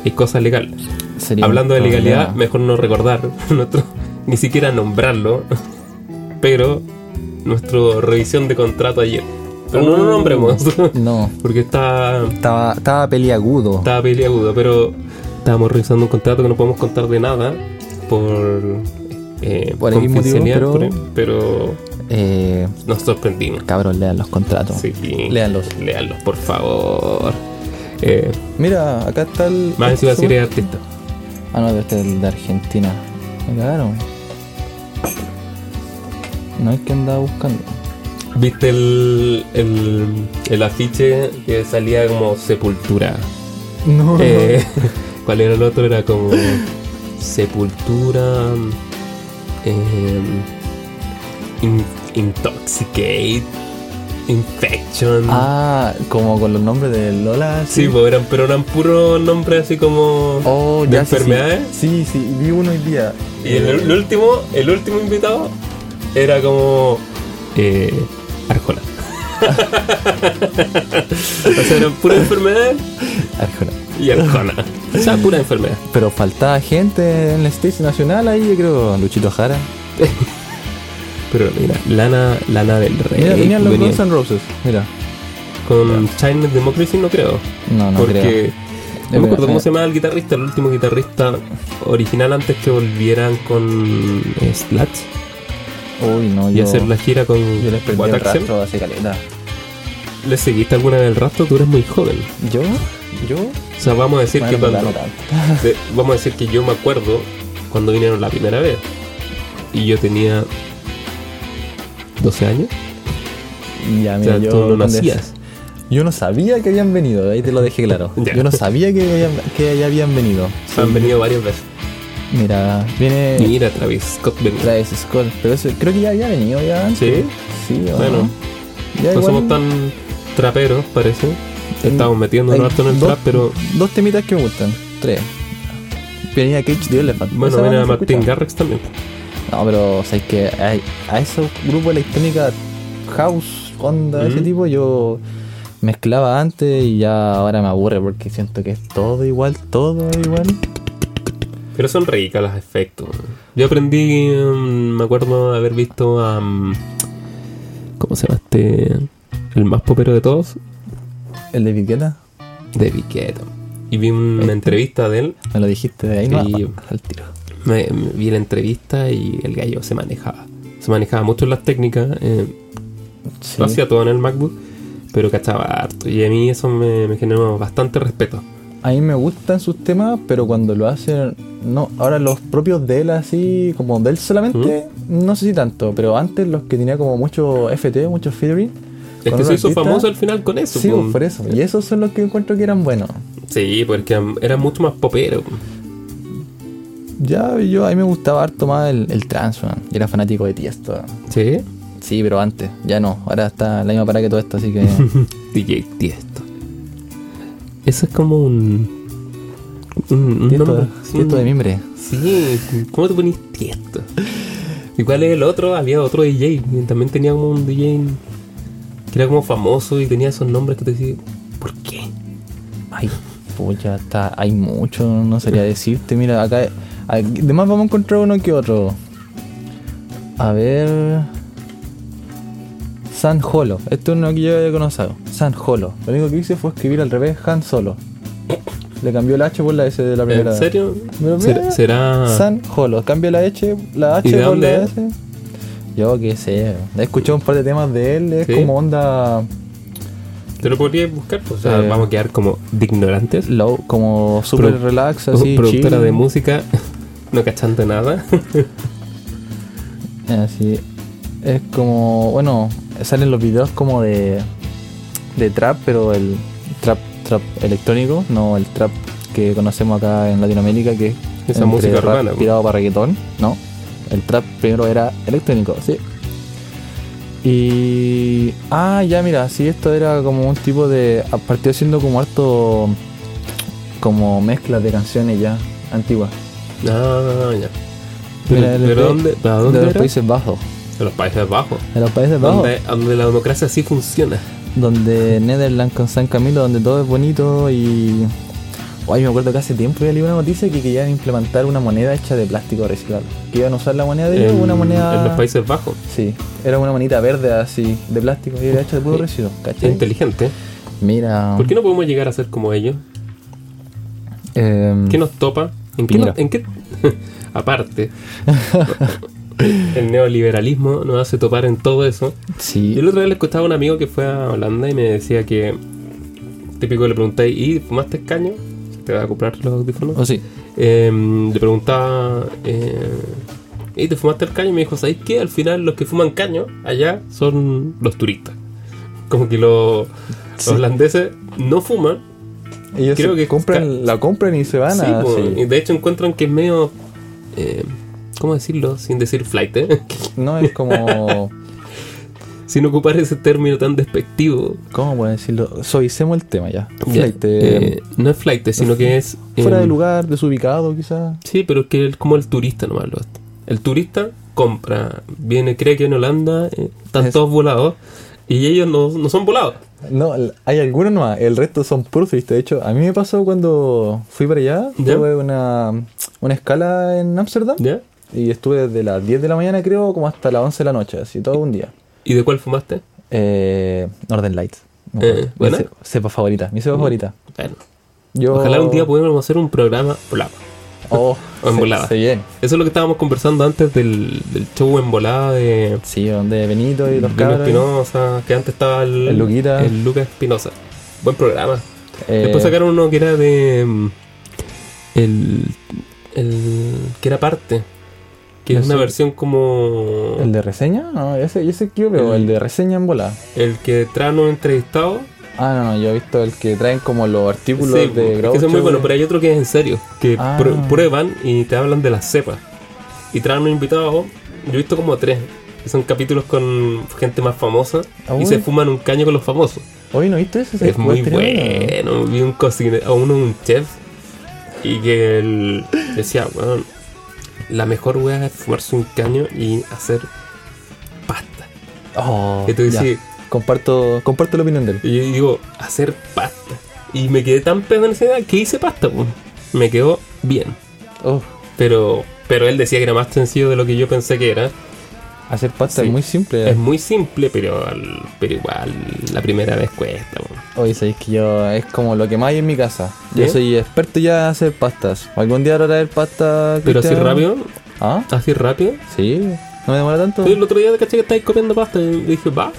B: eh, cosa legal.
A: sería un
B: Hablando de legalidad,
A: problema.
B: mejor no recordar nuestro, ni siquiera nombrarlo, pero nuestra revisión de contrato ayer. Pero
A: Oh.
B: no lo nombremos,
A: No,
B: porque está,
A: estaba, estaba peliagudo.
B: está peliagudo, pero estábamos revisando un contrato que no podemos contar de nada por eh,
A: Por X motivo,
B: confidencialidad,
A: pero-
B: por- pero
A: Eh,
B: nos sorprendimos.
A: cabros, lean los contratos.
B: Sí,
A: Léanlos.
B: léanlos, por favor. Eh,
A: Mira, acá está el.
B: más encima si
A: este-
B: eres artista.
A: Ah, no, este es el de Argentina. Me cagaron. No hay que andar buscando.
B: ¿Viste el, el, el afiche que salía como Sepultura?
A: No.
B: Eh, ¿Cuál era el otro? Era como Sepultura. eh, in- intoxicate. Infection.
A: Ah, como con los nombres de Lola.
B: sí, pues eran, pero eran puros nombres así como.
A: Oh,
B: de
A: ya sí,
B: enfermedades.
A: Sí, sí, sí, vi uno hoy día. Eh,
B: Y el, el último, el último invitado era como. eh, Arjona. o sea, eran puras enfermedades
A: Arjona.
B: y Arjona. O sea, pura enfermedad.
A: Pero faltaba gente en el stage nacional ahí, yo creo. Luchito Jara.
B: Pero mira, Lana, Lana del Rey.
A: Mira, tenían los
B: venía
A: Guns N' Roses. Mira.
B: con China Democracy no creo.
A: No, no
B: porque
A: creo.
B: no me acuerdo
A: verdad,
B: cómo
A: eh.
B: se llamaba el guitarrista, el último guitarrista original antes que volvieran con eh, Slash
A: Uy, no,
B: y
A: yo.
B: hacer la gira con
A: Yo les perdí el
B: Wataxel.
A: rastro hace caleta.
B: ¿Le seguiste alguna vez el rastro? Tú eres muy joven.
A: ¿Yo? ¿Yo?
B: O sea, vamos a decir
A: Bueno,
B: que
A: no,
B: cuando,
A: no tanto.
B: de- vamos a decir que yo me acuerdo cuando vinieron la primera vez. Y yo tenía 12 años.
A: Ya,
B: O
A: mira,
B: sea,
A: yo,
B: tú no
A: cuando-
B: nacías.
A: yo no sabía que habían venido, ahí te lo dejé claro.
B: Ya.
A: Yo no sabía que habían, que ya habían venido.
B: Han venido varias veces.
A: Mira, viene
B: Mira, Travis Scott venía.
A: Travis Scott, pero eso- creo que ya había venido ya antes.
B: Sí.
A: Sí, ¿o
B: Bueno,
A: no? Ya
B: No
A: igual-
B: somos tan traperos, parece. Estamos metiendo un
A: Hay
B: rato en el
A: dos-
B: trap, pero
A: Dos temitas que me gustan. Tres. Pianina Cage de Elephant.
B: bueno,
A: Esa
B: viene
A: banda
B: a
A: se
B: Martin
A: escucha.
B: Garrix también.
A: No, pero o sea, es que a, a esos grupos electrónica house, onda, ese
B: Mm.
A: tipo, yo mezclaba antes y ya ahora me aburre porque siento que es todo igual, todo igual.
B: Pero son ricas las efectos. Yo aprendí, mm, me acuerdo de haber visto a. mm, ¿Cómo se llama este? El más popero de todos,
A: El de Piqueta,
B: David Guetta. Y vi una
A: Este.
B: entrevista de él.
A: me lo dijiste de ahí,
B: Sí.
A: no, al tiro.
B: Me- me- vi la entrevista y el gallo se manejaba. Se manejaba mucho en las técnicas. eh,
A: Sí.
B: Lo hacía todo en el MacBook, pero cachaba harto. Y a mí eso me, me generó bastante respeto.
A: A mí me gustan sus temas, pero cuando lo hacen, no, ahora los propios de él así, como de él solamente, no sé si tanto, pero antes los que tenía como mucho FT, mucho featuring.
B: Es
A: con
B: que
A: otro
B: se hizo
A: artista,
B: famoso al final con eso. pues.
A: Sí, pues,
B: pum.
A: por eso. Y esos son los que encuentro que eran buenos.
B: Sí, porque um, era mucho más popero.
A: Ya, yo a mí me gustaba harto más el, el trans, weón. Yo era fanático de Tiesto. weón.
B: Sí.
A: Sí, pero antes, ya no. Ahora está la misma parada que todo esto, así que.
B: DJ Tiesto. Eso es como un. Un, un
A: Tiesto, ¿eh?
B: nombre-
A: Tiesto de
B: un-
A: mimbre.
B: Sí, ¿cómo te pones Tiesto? ¿Y cuál es el otro? Había otro DJ. que También tenía como un DJ que era como famoso y tenía esos nombres que te decía, ¿por qué?
A: Ay, pucha, está, hay mucho, no sabría decirte. Mira, acá. aquí- de más vamos a encontrar uno que otro. A ver. San Holo. Este es uno que yo he conocido. San Holo. Lo único que hice fue escribir al revés Han Solo. Le cambió la H por la S de la primera.
B: ¿En serio?
A: Pero
B: ¿Será,
A: mira,
B: será-
A: San Holo. Cambia la H, la H
B: ¿Y de
A: por
B: dónde
A: la
B: es?
A: S. Yo qué sé. He escuchado un par de temas de él. Es
B: ¿Sí?
A: como onda
B: Te lo podría buscar, pues, o sea,
A: Eh.
B: vamos a quedar como de ignorantes.
A: low, como super
B: Pro-
A: relax,
B: O
A: así.
B: productora
A: chill.
B: de música, no cachando nada.
A: Así. Es como, bueno, salen los videos como de, de trap, pero el trap trap electrónico, no el trap que conocemos acá en Latinoamérica, que es
B: Esa
A: entre
B: música
A: rap
B: urbana, pues. po.
A: tirado para reggaetón, no. El trap primero era electrónico, sí. Y. Ah, ya, mira, sí, esto era como un tipo de. a- Partió siendo como harto. como mezclas de canciones ya antiguas.
B: no, ya. Pero,
A: Mira, el
B: pero
A: de-
B: ¿dónde, ¿a dónde
A: de los
B: era?
A: Países Bajos.
B: De los Países Bajos.
A: De los Países Bajos.
B: Donde, donde la democracia sí funciona.
A: donde Netherlands con San Camilo, donde todo es bonito y... Ay, me acuerdo que hace tiempo había leído una noticia que querían implementar una moneda hecha de plástico reciclable. Que iban a usar la moneda de ellos,
B: en,
A: una moneda...
B: en los Países Bajos.
A: Sí, era una monedita verde así, de plástico, y era hecha de puro residuo,
B: Es
A: ¿cachai?
B: inteligente.
A: Mira...
B: ¿Por qué no podemos llegar a ser como ellos?
A: em, Mm.
B: ¿Qué nos topa? ¿En qué,
A: Piñera.
B: nos- en qué- Aparte, el neoliberalismo nos hace topar en todo eso.
A: Sí,
B: Yo el otro día le escuchaba a un amigo que fue a Holanda y me decía que, típico le preguntáis, ¿y fumaste caño? ¿Te vas a comprar los audífonos?
A: o sí.
B: Eh, le preguntaba, eh, ¿y te fumaste el caño? Y me dijo, ¿sabéis qué? Al final los que fuman caño allá son los turistas. Como que los, los
A: Sí.
B: holandeses no fuman.
A: Ellos
B: Creo
A: se
B: que
A: compran,
B: ca-
A: la compran y se van
B: sí,
A: a...
B: po,
A: Ah, sí.
B: y de hecho encuentran que es medio... eh, ¿Cómo decirlo? Sin decir flight, ¿eh?
A: No es como...
B: Sin ocupar ese término tan despectivo.
A: ¿Cómo puedo decirlo? Suavicemos el tema ya.
B: Ya,
A: Flight,
B: eh,
A: eh,
B: no es flight, sino que es.
A: fuera
B: eh,
A: de lugar, desubicado quizás.
B: Sí, pero es que es como el turista nomás. lo- El turista compra, viene, cree que en Holanda eh, están
A: Es-
B: todos volados y ellos no, no son volados.
A: No, l- hay algunos nomás, el resto son puros turistas. De hecho, a mí me pasó cuando fui para allá,
B: Ya.
A: tuve una, una escala en Ámsterdam
B: ¿Ya?
A: y estuve desde las 10 de la mañana, creo, como hasta las 11 de la noche, así todo un día.
B: ¿Y de cuál fumaste?
A: Eh, Northern Lights, me
B: Eh,
A: acuerdo. Mi
B: ¿buena?
A: ce- cepa favorita, mi cepa favorita.
B: Bueno,
A: Yo,
B: ojalá un día podamos hacer un programa volado.
A: Oh,
B: o en
A: se-
B: volada.
A: se viene.
B: Eso es lo que estábamos conversando antes del, del show en volada de
A: Sí, donde Benito y los
B: Luno
A: cabros.
B: Espinosa, que antes estaba el,
A: El Luquita.
B: el Lucas Espinosa. Buen programa.
A: eh,
B: Después sacaron uno que era de. mm, El. el que era parte. Que es
A: Ese-
B: una versión como.
A: ¿El de reseña? No, ese, ese que yo veo,
B: El-
A: el de reseña en volada.
B: El que traen un entrevistado.
A: Ah, no, no, yo he visto el que traen como los artículos de
B: Sí, es que ese es muy
A: Groucho. eh.
B: bueno, pero hay otro que es en serio. Que
A: Ah.
B: pr- prueban y te hablan de las cepas. Y traen un invitado. Yo he visto como tres. que Son capítulos con gente más famosa.
A: Ah,
B: y
A: bueno.
B: se fuman un caño con los famosos.
A: Hoy no viste eso,
B: Es muy
A: Estaría
B: bueno. Vi un cocinero, a uno, un chef, y que él decía, weón, la mejor weá es fumarse un caño y hacer pasta.
A: Oh,
B: Y tú
A: ya.
B: decís,
A: Comparto, comparto la opinión de él.
B: y yo digo, hacer pasta. Y me quedé tan pedo en esa edad que hice pasta, po. Me quedó bien.
A: Oh,
B: Pero, pero él decía que era más sencillo de lo que yo pensé que era.
A: hacer pasta
B: Sí.
A: es muy simple.
B: Es muy simple, pero, al- pero igual la primera vez cuesta, po.
A: Hoy sabéis que yo es como lo que más hay en mi casa. Yo
B: ¿Sí?
A: soy experto ya en hacer pastas. Algún día haré pasta.
B: Pero así
A: Cristian.
B: rápido,
A: Ah,
B: así rápido.
A: sí. No me demora tanto.
B: Yo El otro día caché que estáis comiendo pasta y dije, va,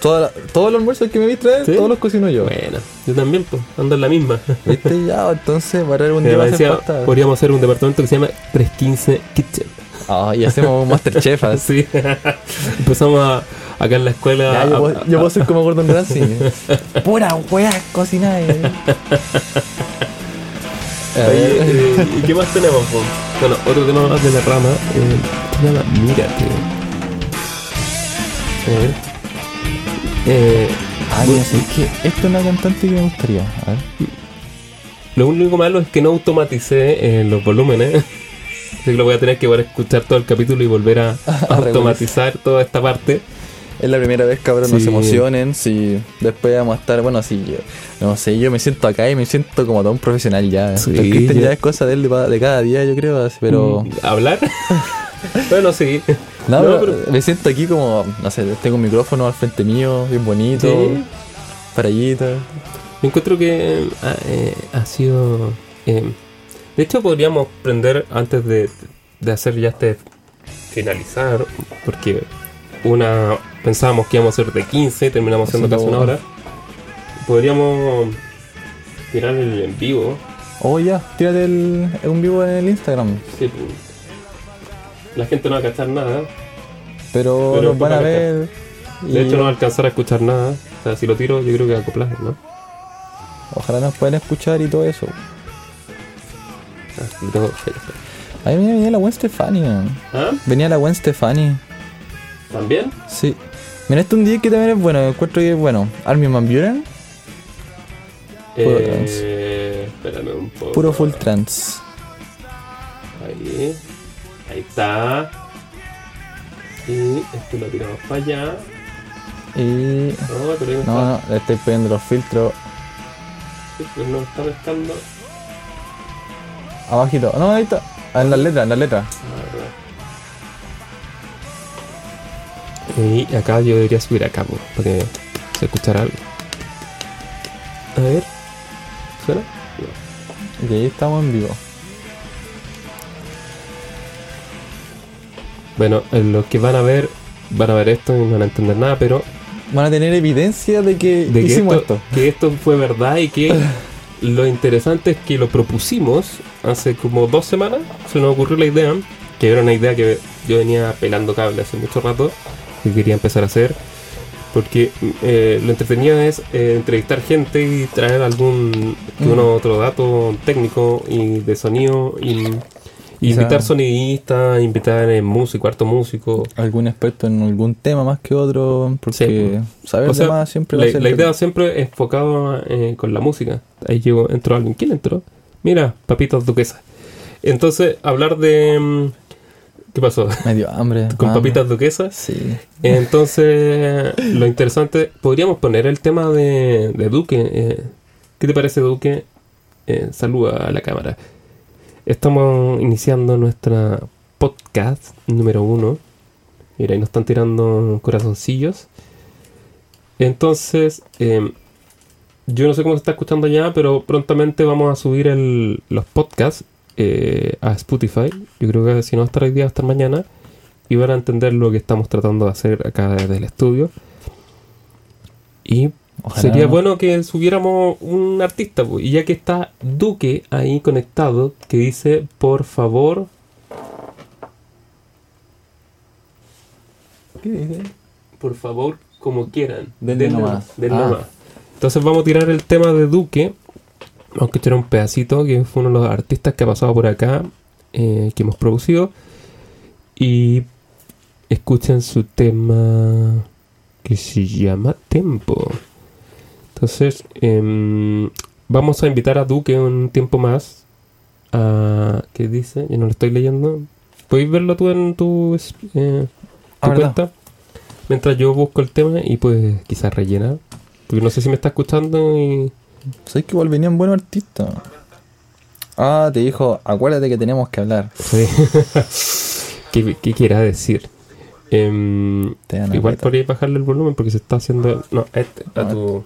A: Toda la- todos los almuerzos que me vi traer,
B: ¿Sí?
A: todos los cocino yo.
B: Bueno, yo también, pues, ando en la misma.
A: ¿Viste? Ya, entonces parar un
B: Me
A: día para hacer
B: parecía,
A: pasta.
B: podríamos hacer un departamento que se llama 315 Kitchen.
A: Ah, y hacemos un Masterchef así.
B: Así. Empezamos a- acá en la escuela.
A: Ya, yo,
B: a-
A: puedo,
B: a-
A: yo puedo ser como Gordon Ramsay. Pura wea cocinada. eh. A
B: Oye,
A: ver,
B: eh, ¿Y qué más tenemos, po? Bueno, otro tema más de la rama. Eh, se llama Mírate. A ver. Eh,
A: ah, mira, sí, es que esto es una cantante que me gustaría. A ver.
B: Lo único malo es que no automaticé eh, los volúmenes. Así que lo voy a tener que volver a escuchar todo el capítulo y volver a, automatizar toda esta parte.
A: Es la primera vez, cabrón, no
B: Sí.
A: se emocionen. Si después vamos a estar, bueno, si yo, no sé, yo me siento acá y me siento como todo un profesional ya.
B: Sí,
A: el Cristian
B: yo-
A: ya es cosa de él de, pa- de cada día, yo creo, así, pero.
B: Mm, ¿Hablar? bueno, sí.
A: No,
B: No,
A: pero eh, me siento aquí como, no sé, tengo un micrófono al frente mío, bien bonito,
B: Sí.
A: parallito.
B: Me encuentro que eh, ha, eh, ha sido... eh, de hecho, podríamos prender antes de, de hacer ya este finalizar, porque una pensábamos que íbamos a ser de 15, terminamos siendo
A: Eso
B: casi una
A: no-
B: hora. Podríamos tirar el en vivo.
A: Oh, ya, tírate el, un vivo en el Instagram.
B: Sí, pues. La gente no va a cachar nada.
A: Pero,
B: Pero
A: nos van a
B: acá.
A: ver.
B: De
A: y
B: hecho, no va a alcanzar a escuchar nada. O sea, si lo tiro, yo creo que acoplar, ¿no?
A: Ojalá nos puedan escuchar y todo eso.
B: Ah, lo tengo que hacer.
A: Ahí venía, venía la Gwen Stefani. man.
B: ¿Ah?
A: Venía la Gwen Stefani.
B: ¿También?
A: Sí. Mira, este es un día que también es bueno. Encuentro que es bueno. Armin Van Buren, Puro
B: Eh, espérame un poco.
A: puro full trans.
B: Ahí. Ahí está. Y esto lo tiramos para allá.
A: Y.
B: No, pero ahí no,
A: No, no,
B: está.
A: le estoy poniendo los filtros
B: Sí, pero no está pescando.
A: abajito. No, ahí está. Ah, En las letras, en las letras.
B: Ah, verdad. Y acá yo debería subir acá, po, para que se escuchara algo. A ver. ¿Suena? No.
A: Y ahí estamos en vivo.
B: Bueno, eh, los que van a ver, van a ver esto y no van a entender nada, pero
A: Van a tener evidencia de que
B: de que
A: hicimos
B: esto,
A: esto.
B: que esto fue verdad y que lo interesante es que lo propusimos hace como dos semanas, se nos ocurrió la idea, que era una idea que yo venía pelando cable hace mucho rato, que quería empezar a hacer, porque eh, lo entretenido es eh, entrevistar gente y traer algún que uno otro dato técnico y de sonido y... y
A: Mm. O sea-
B: invitar sonidistas, invitar eh, músico, harto músico.
A: Algún experto en algún tema más que otro. Porque saber
B: O sea,
A: de más siempre
B: la,
A: va a ser.
B: la idea siempre es enfocada eh, con la música. Ahí llegó, entró alguien. ¿Quién entró? Mira, papitas duquesas. Entonces, hablar de... mm, ¿Qué pasó?
A: Me dio hambre.
B: Con
A: hambre.
B: papitas duquesas.
A: Sí.
B: Entonces, lo interesante... Podríamos poner el tema de, de Duque. eh. ¿Qué te parece, Duque? Eh, saluda a la cámara. Estamos iniciando nuestra podcast número uno. Mira, ahí nos están tirando corazoncillos. Entonces, eh, yo no sé cómo se está escuchando ya, pero prontamente vamos a subir el- los podcasts eh, a Spotify. Yo creo que si no hasta hoy día, hasta mañana. Y van a entender lo que estamos tratando de hacer acá desde el estudio. Y
A: Ojalá
B: Sería
A: no.
B: bueno que subiéramos un artista, po. y ya que está Duque ahí conectado, que dice, por favor,
A: ¿Qué dices?
B: por favor, como quieran.
A: Denle nomás.
B: denle
A: Ah.
B: nomás. Entonces vamos a tirar el tema de Duque. Vamos a escuchar un pedacito, que fue uno de los artistas que ha pasado por acá, eh, que hemos producido. Y escuchen su tema que se llama Tempo. Entonces, em, vamos a invitar a Duque un tiempo más. A, ¿Qué dice? Ya no lo estoy leyendo. ¿Puedes verlo tú en tu, es- eh, tu
A: Ah, ¿verdad?
B: cuenta? Mientras yo busco el tema y pues quizás rellena. Porque no sé si me está escuchando y...
A: Sabes Pues que igual venían buenos artistas. Ah, te dijo, acuérdate que tenemos que hablar.
B: Sí. ¿Qué, qué quiera decir? Em,
A: Te dan
B: igual
A: aprieta.
B: podría bajarle el volumen porque se está haciendo... No, a este- a
A: No, este.
B: tu...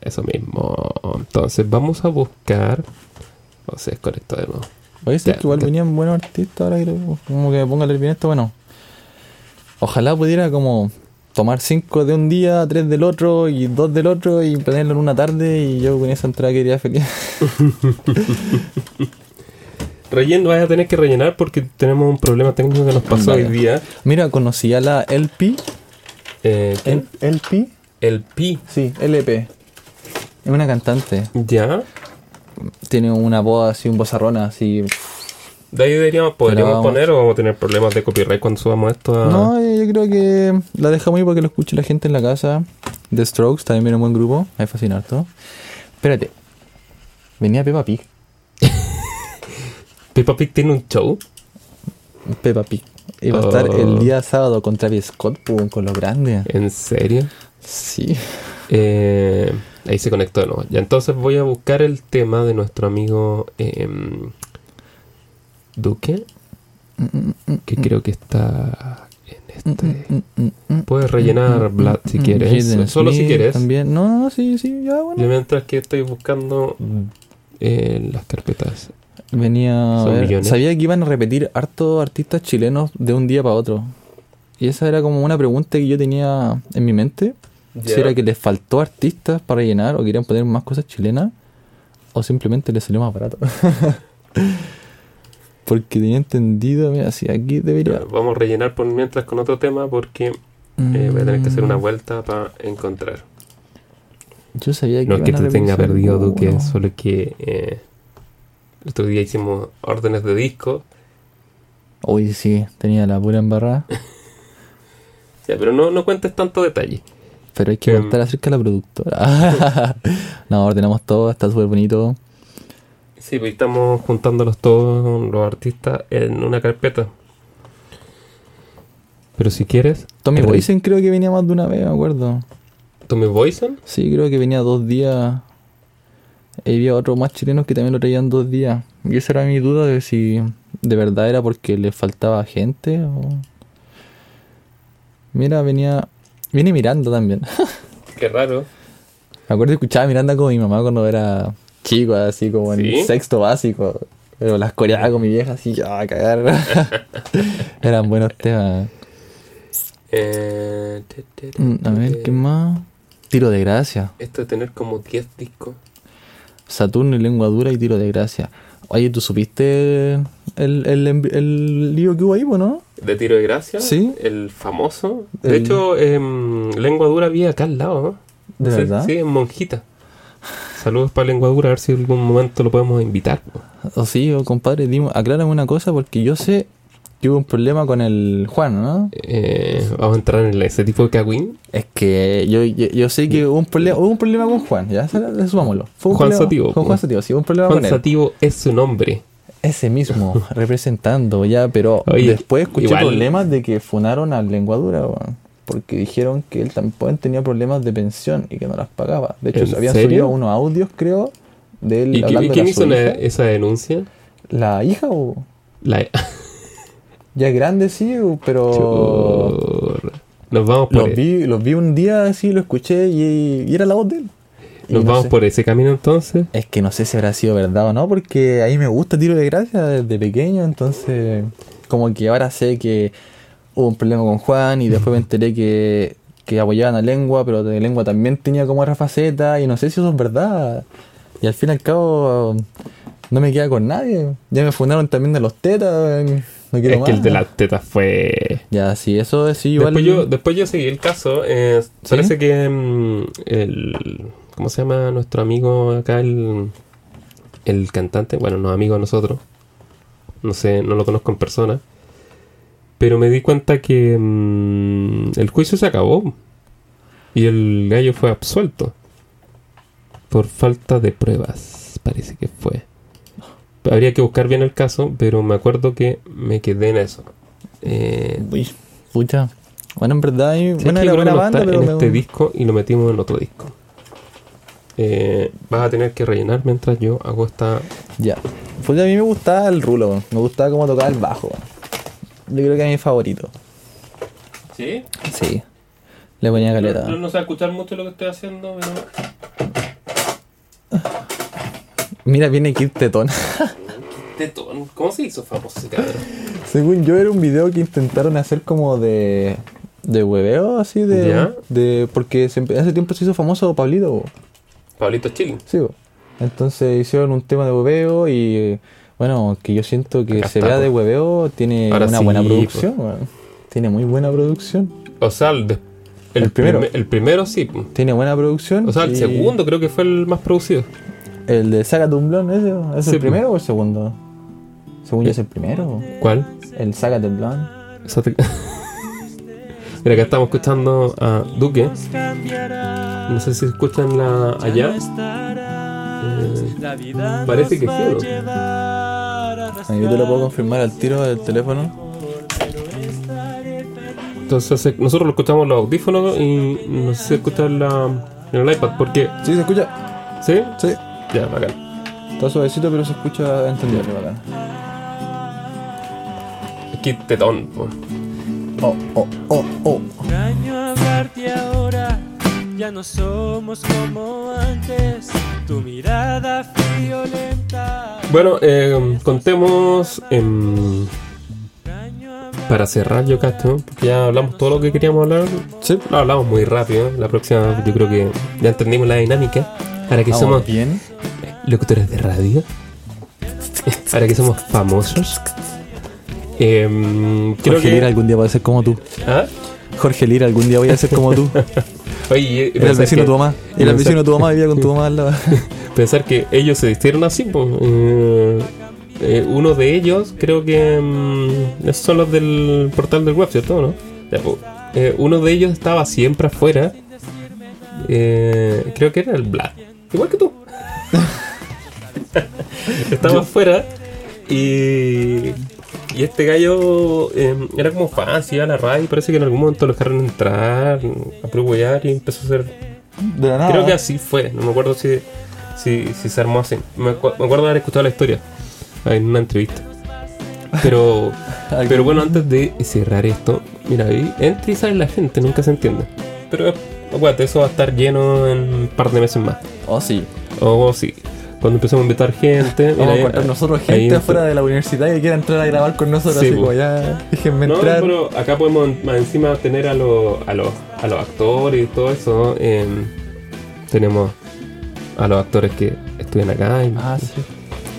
B: Eso mismo. Entonces vamos a buscar... O sea, desconecto de nuevo.
A: Oye, sabes
B: Ya,
A: que igual
B: te-
A: venían buenos artistas ahora que lo- como que me ponga a leer bien esto, bueno. Ojalá pudiera como tomar cinco de un día, tres del otro y dos del otro y planearlo en una tarde y yo con esa entrada que iría feliz.
B: Relleno, vas a tener que rellenar porque tenemos un problema técnico que nos pasó
A: Vaya.
B: hoy día.
A: Mira, conocí a la LP.
B: Eh,
A: ¿El, ¿LP?
B: el pi.
A: Sí, LP. Es una cantante.
B: Ya.
A: Tiene una voz así, un vozarrón así.
B: De ahí deberíamos, podríamos
A: vamos.
B: poner o vamos a tener problemas de copyright cuando subamos esto a...
A: No, eh, yo creo que la dejamos ahí porque lo escuche la gente en la casa. The Strokes también viene un buen grupo. Me fascina harto. Espérate. Venía Peppa Pig.
B: Peppa Pig tiene un show.
A: Peppa Pig. Iba a estar
B: Oh. Eh,
A: el día sábado con Travis Scott, pum, con los grandes.
B: ¿En serio?
A: Sí.
B: Eh, ahí se conectó de nuevo. Ya entonces voy a buscar el tema de nuestro amigo em, Duque, que creo que está en este. Puedes rellenar Vlad si quieres,
A: Jaden
B: solo si
A: Mm, Smith
B: quieres.
A: También. No, no, sí, sí, ya bueno.
B: Yo mientras que estoy buscando eh, las carpetas.
A: Venía. a
B: Son
A: ver,
B: millones.
A: sabía que iban a repetir harto artistas chilenos de un día para otro. Y esa era como una pregunta que yo tenía en mi mente. Si
B: Ya.
A: era que les faltó artistas para rellenar o querían poner más cosas chilenas o simplemente les salió más barato. Porque tenía entendido, mira, si aquí debería.
B: Vamos a rellenar por mientras con otro tema porque eh, voy a tener que hacer una vuelta para encontrar.
A: Mm, Yo sabía que.
B: No es que
A: iban a
B: te tenga
A: revisar
B: perdido,
A: uno.
B: Duque, solo que eh, el otro día hicimos órdenes de disco.
A: Uy, sí, tenía la pura embarrada.
B: Ya, pero no, no cuentes tanto detalle.
A: Pero hay que
B: Em.
A: contar acerca de la productora. no, ordenamos todo, está súper bonito.
B: Sí, pues estamos juntándolos todos, los artistas, en una carpeta. Pero si quieres...
A: Tommy
B: re-
A: Boysen creo que venía más de una vez, me acuerdo.
B: Tommy Boysen.
A: Sí, creo que venía dos días. Y había otro más chilenos que también lo traían dos días. Y esa era mi duda de si de verdad era porque le faltaba gente o... Mira, venía... Viene Miranda también.
B: Qué raro.
A: Me acuerdo que escuchaba a Miranda con mi mamá cuando era chico, así como en
B: ¿Sí?
A: sexto básico. Pero las coreaba con mi vieja así, ya, a cagar. Eran buenos temas.
B: Eh, te- te- te-
A: Mm, A ver, ¿qué más? Tiro de gracia.
B: Esto de tener como 10 discos.
A: Saturno y lengua dura y tiro de gracia. Oye, ¿tú supiste el, el, el- el lío que hubo ahí, po, no?
B: De tiro de gracia.
A: Sí.
B: El famoso. De
A: El-
B: hecho, em, Lengua Dura había acá al lado, ¿no?
A: ¿De
B: sí,
A: verdad?
B: Sí, en Monjita. Saludos para Lengua Dura, a ver si en algún momento lo podemos invitar. po.
A: O sí, o compadre, dime, aclárame una cosa porque yo sé que hubo un problema con el Juan, ¿no?
B: Eh, vamos a entrar en ese tipo de cagüín.
A: Es que yo, yo, yo sé que hubo un problema, hubo un problema con Juan, ya Esa- sumámoslo. Fue un
B: Juan
A: problema-
B: Sativo,
A: Con
B: po.
A: Juan Sativo, sí, hubo un problema
B: Juan
A: con él.
B: Sativo es su nombre.
A: Ese mismo, representando ya, pero
B: Oye,
A: después escuché
B: igual-
A: problemas de que funaron a Lenguadura, weón, porque dijeron que él también tenía problemas de pensión y que no las pagaba. De hecho,
B: ¿En
A: había
B: serio?
A: subido unos audios, creo, de él
B: ¿Y, qui- y
A: Mm, hablando de
B: quién
A: la
B: hizo
A: su
B: la-
A: hija.
B: esa denuncia?
A: La hija, o
B: La-
A: ya es grande, sí, o- pero
B: Churra. Nos vamos por,
A: los
B: e-
A: Oh. vi, los vi un día, así, lo escuché y, y era la voz de él. Y
B: nos
A: no
B: vamos
A: sé.
B: por ese camino entonces.
A: Es que no sé si habrá sido verdad o no, porque a mí me gusta Tiro de Gracia desde pequeño, entonces como que ahora sé que hubo un problema con Juan y después me enteré que, que apoyaban a Lengua, pero de Lengua también tenía como otra faceta y no sé si eso es verdad. Y al fin y al cabo no me queda con nadie. Ya me fundaron también de los tetas, eh, no quiero
B: Es
A: más.
B: que el de las tetas fue...
A: Ya, sí, eso es sí, igual.
B: Después yo, después yo seguí el caso. eh, Parece que mm, el... ¿Cómo se llama nuestro amigo acá? El, el cantante. Bueno, no es amigo de nosotros. No sé, no lo conozco en persona. Pero me di cuenta que mm, el juicio se acabó. Y el gallo fue absuelto. por falta de pruebas, parece que fue. Habría que buscar bien el caso, pero me acuerdo que me quedé en eso. Eh,
A: Uy, pucha. Bueno, en verdad, y-
B: ¿sabes
A: bueno,
B: qué?
A: era
B: Creo que
A: buena
B: no
A: banda,
B: está
A: pero
B: en
A: me-
B: este disco y lo metimos en otro disco. Eh, vas a tener que rellenar mientras yo hago esta.
A: Ya. Pues a mí me gustaba el rulo, weón. me gustaba cómo tocaba el bajo. weón. Yo creo que es mi favorito.
B: ¿Sí?
A: Sí. Le ponía caleta.
B: no sé escuchar mucho lo que estoy haciendo, pero.
A: Mira, viene Kid Tetón.
B: Tetón, este ¿cómo se hizo famoso ese cabrón?
A: Según yo, era un video que intentaron hacer como de. de hueveo, así de.
B: Ya.
A: de porque se empe- hace tiempo se hizo famoso Pablito, weón.
B: Pablito Chilling.
A: Sí, weón. Entonces hicieron un tema de hueveo y. bueno, que yo siento que
B: Acá
A: se
B: está,
A: vea de
B: po.
A: hueveo, tiene
B: Ahora
A: una
B: sí,
A: buena
B: po.
A: producción, weón. Tiene muy buena producción.
B: O sea, el, de- el
A: El primero.
B: prime- el primero sí. po.
A: Tiene buena producción.
B: O sea, el
A: y-
B: segundo creo que fue el más producido.
A: El de Saga Tumblón, ¿ese? ¿Es
B: Sí,
A: el primero o el segundo? Según yo es el primero.
B: ¿Cuál?
A: El Saga Tumblón.
B: O sea, te- Mira, acá estamos escuchando a Duque. No sé si escuchan la allá. Eh, parece que sí. ¿no?
A: Ahí yo te lo puedo confirmar al tiro del teléfono.
B: Entonces eh, nosotros lo escuchamos en los audífonos y no sé si escuchan la, en el iPad. Porque,
A: Sí, se escucha.
B: ¿sí?
A: Sí.
B: Ya, bacán.
A: Está suavecito, pero se escucha entendible, bacán.
B: Aquí tetón. po.
A: Oh, oh, oh, oh.
D: Extraño hablarte ahora, ya no somos como antes. Tu mirada violenta.
B: Bueno, eh, contemos. em, para cerrar, yo casto, porque ya hablamos todo lo que queríamos hablar.
A: Sí.
B: Lo hablamos muy rápido. ¿eh? La próxima, yo creo que ya entendimos la dinámica. Ahora que
A: Vamos
B: somos
A: bien.
B: locutores de radio, ahora que somos famosos, em, creo
A: Jorge Lira
B: que.
A: algún día va a ser como tú.
B: ¿Ah?
A: Jorge Lira algún día voy a ser como tú. Era
B: Oye, eh,
A: el
B: pensar
A: vecino
B: que-
A: de tu mamá. Era el
B: pensar-
A: vecino de tu mamá, vivía con tu mamá al lado.
B: Pensar que ellos se vistieron así, pues. eh, eh, uno de ellos, creo que. mm, esos son los del portal del web, ¿cierto? ¿No? Ya, pues, eh, uno de ellos estaba siempre afuera. Eh, creo que era el Vlad. Igual que tú. estaba afuera y. Y este gallo eh, era como fan, se iba a la radio y parece que en algún momento lo dejaron entrar, a probar y empezó a ser
A: De la nada.
B: Creo que así fue, no me acuerdo si, si, si se armó así. Me, acu- me acuerdo de haber escuchado la historia en una entrevista. Pero, pero bueno, antes de cerrar esto, mira, ahí entra y sale la gente, nunca se entiende. Pero eh, acuérdate, eso va a estar lleno en un par de meses más.
A: Oh, sí.
B: O sí, cuando empecemos a invitar gente. mira,
A: Vamos a
B: ahí-
A: encontrar nosotros
B: ahí
A: gente
B: entra-
A: afuera de la universidad que quiera entrar a grabar con nosotros.
B: Sí,
A: así
B: po.
A: como ya, déjenme
B: No,
A: entrar.
B: pero acá podemos en- más encima tener a los, a los, a los actores y todo eso. em, tenemos a los actores que estuvieron acá. y-
A: Ah, sí.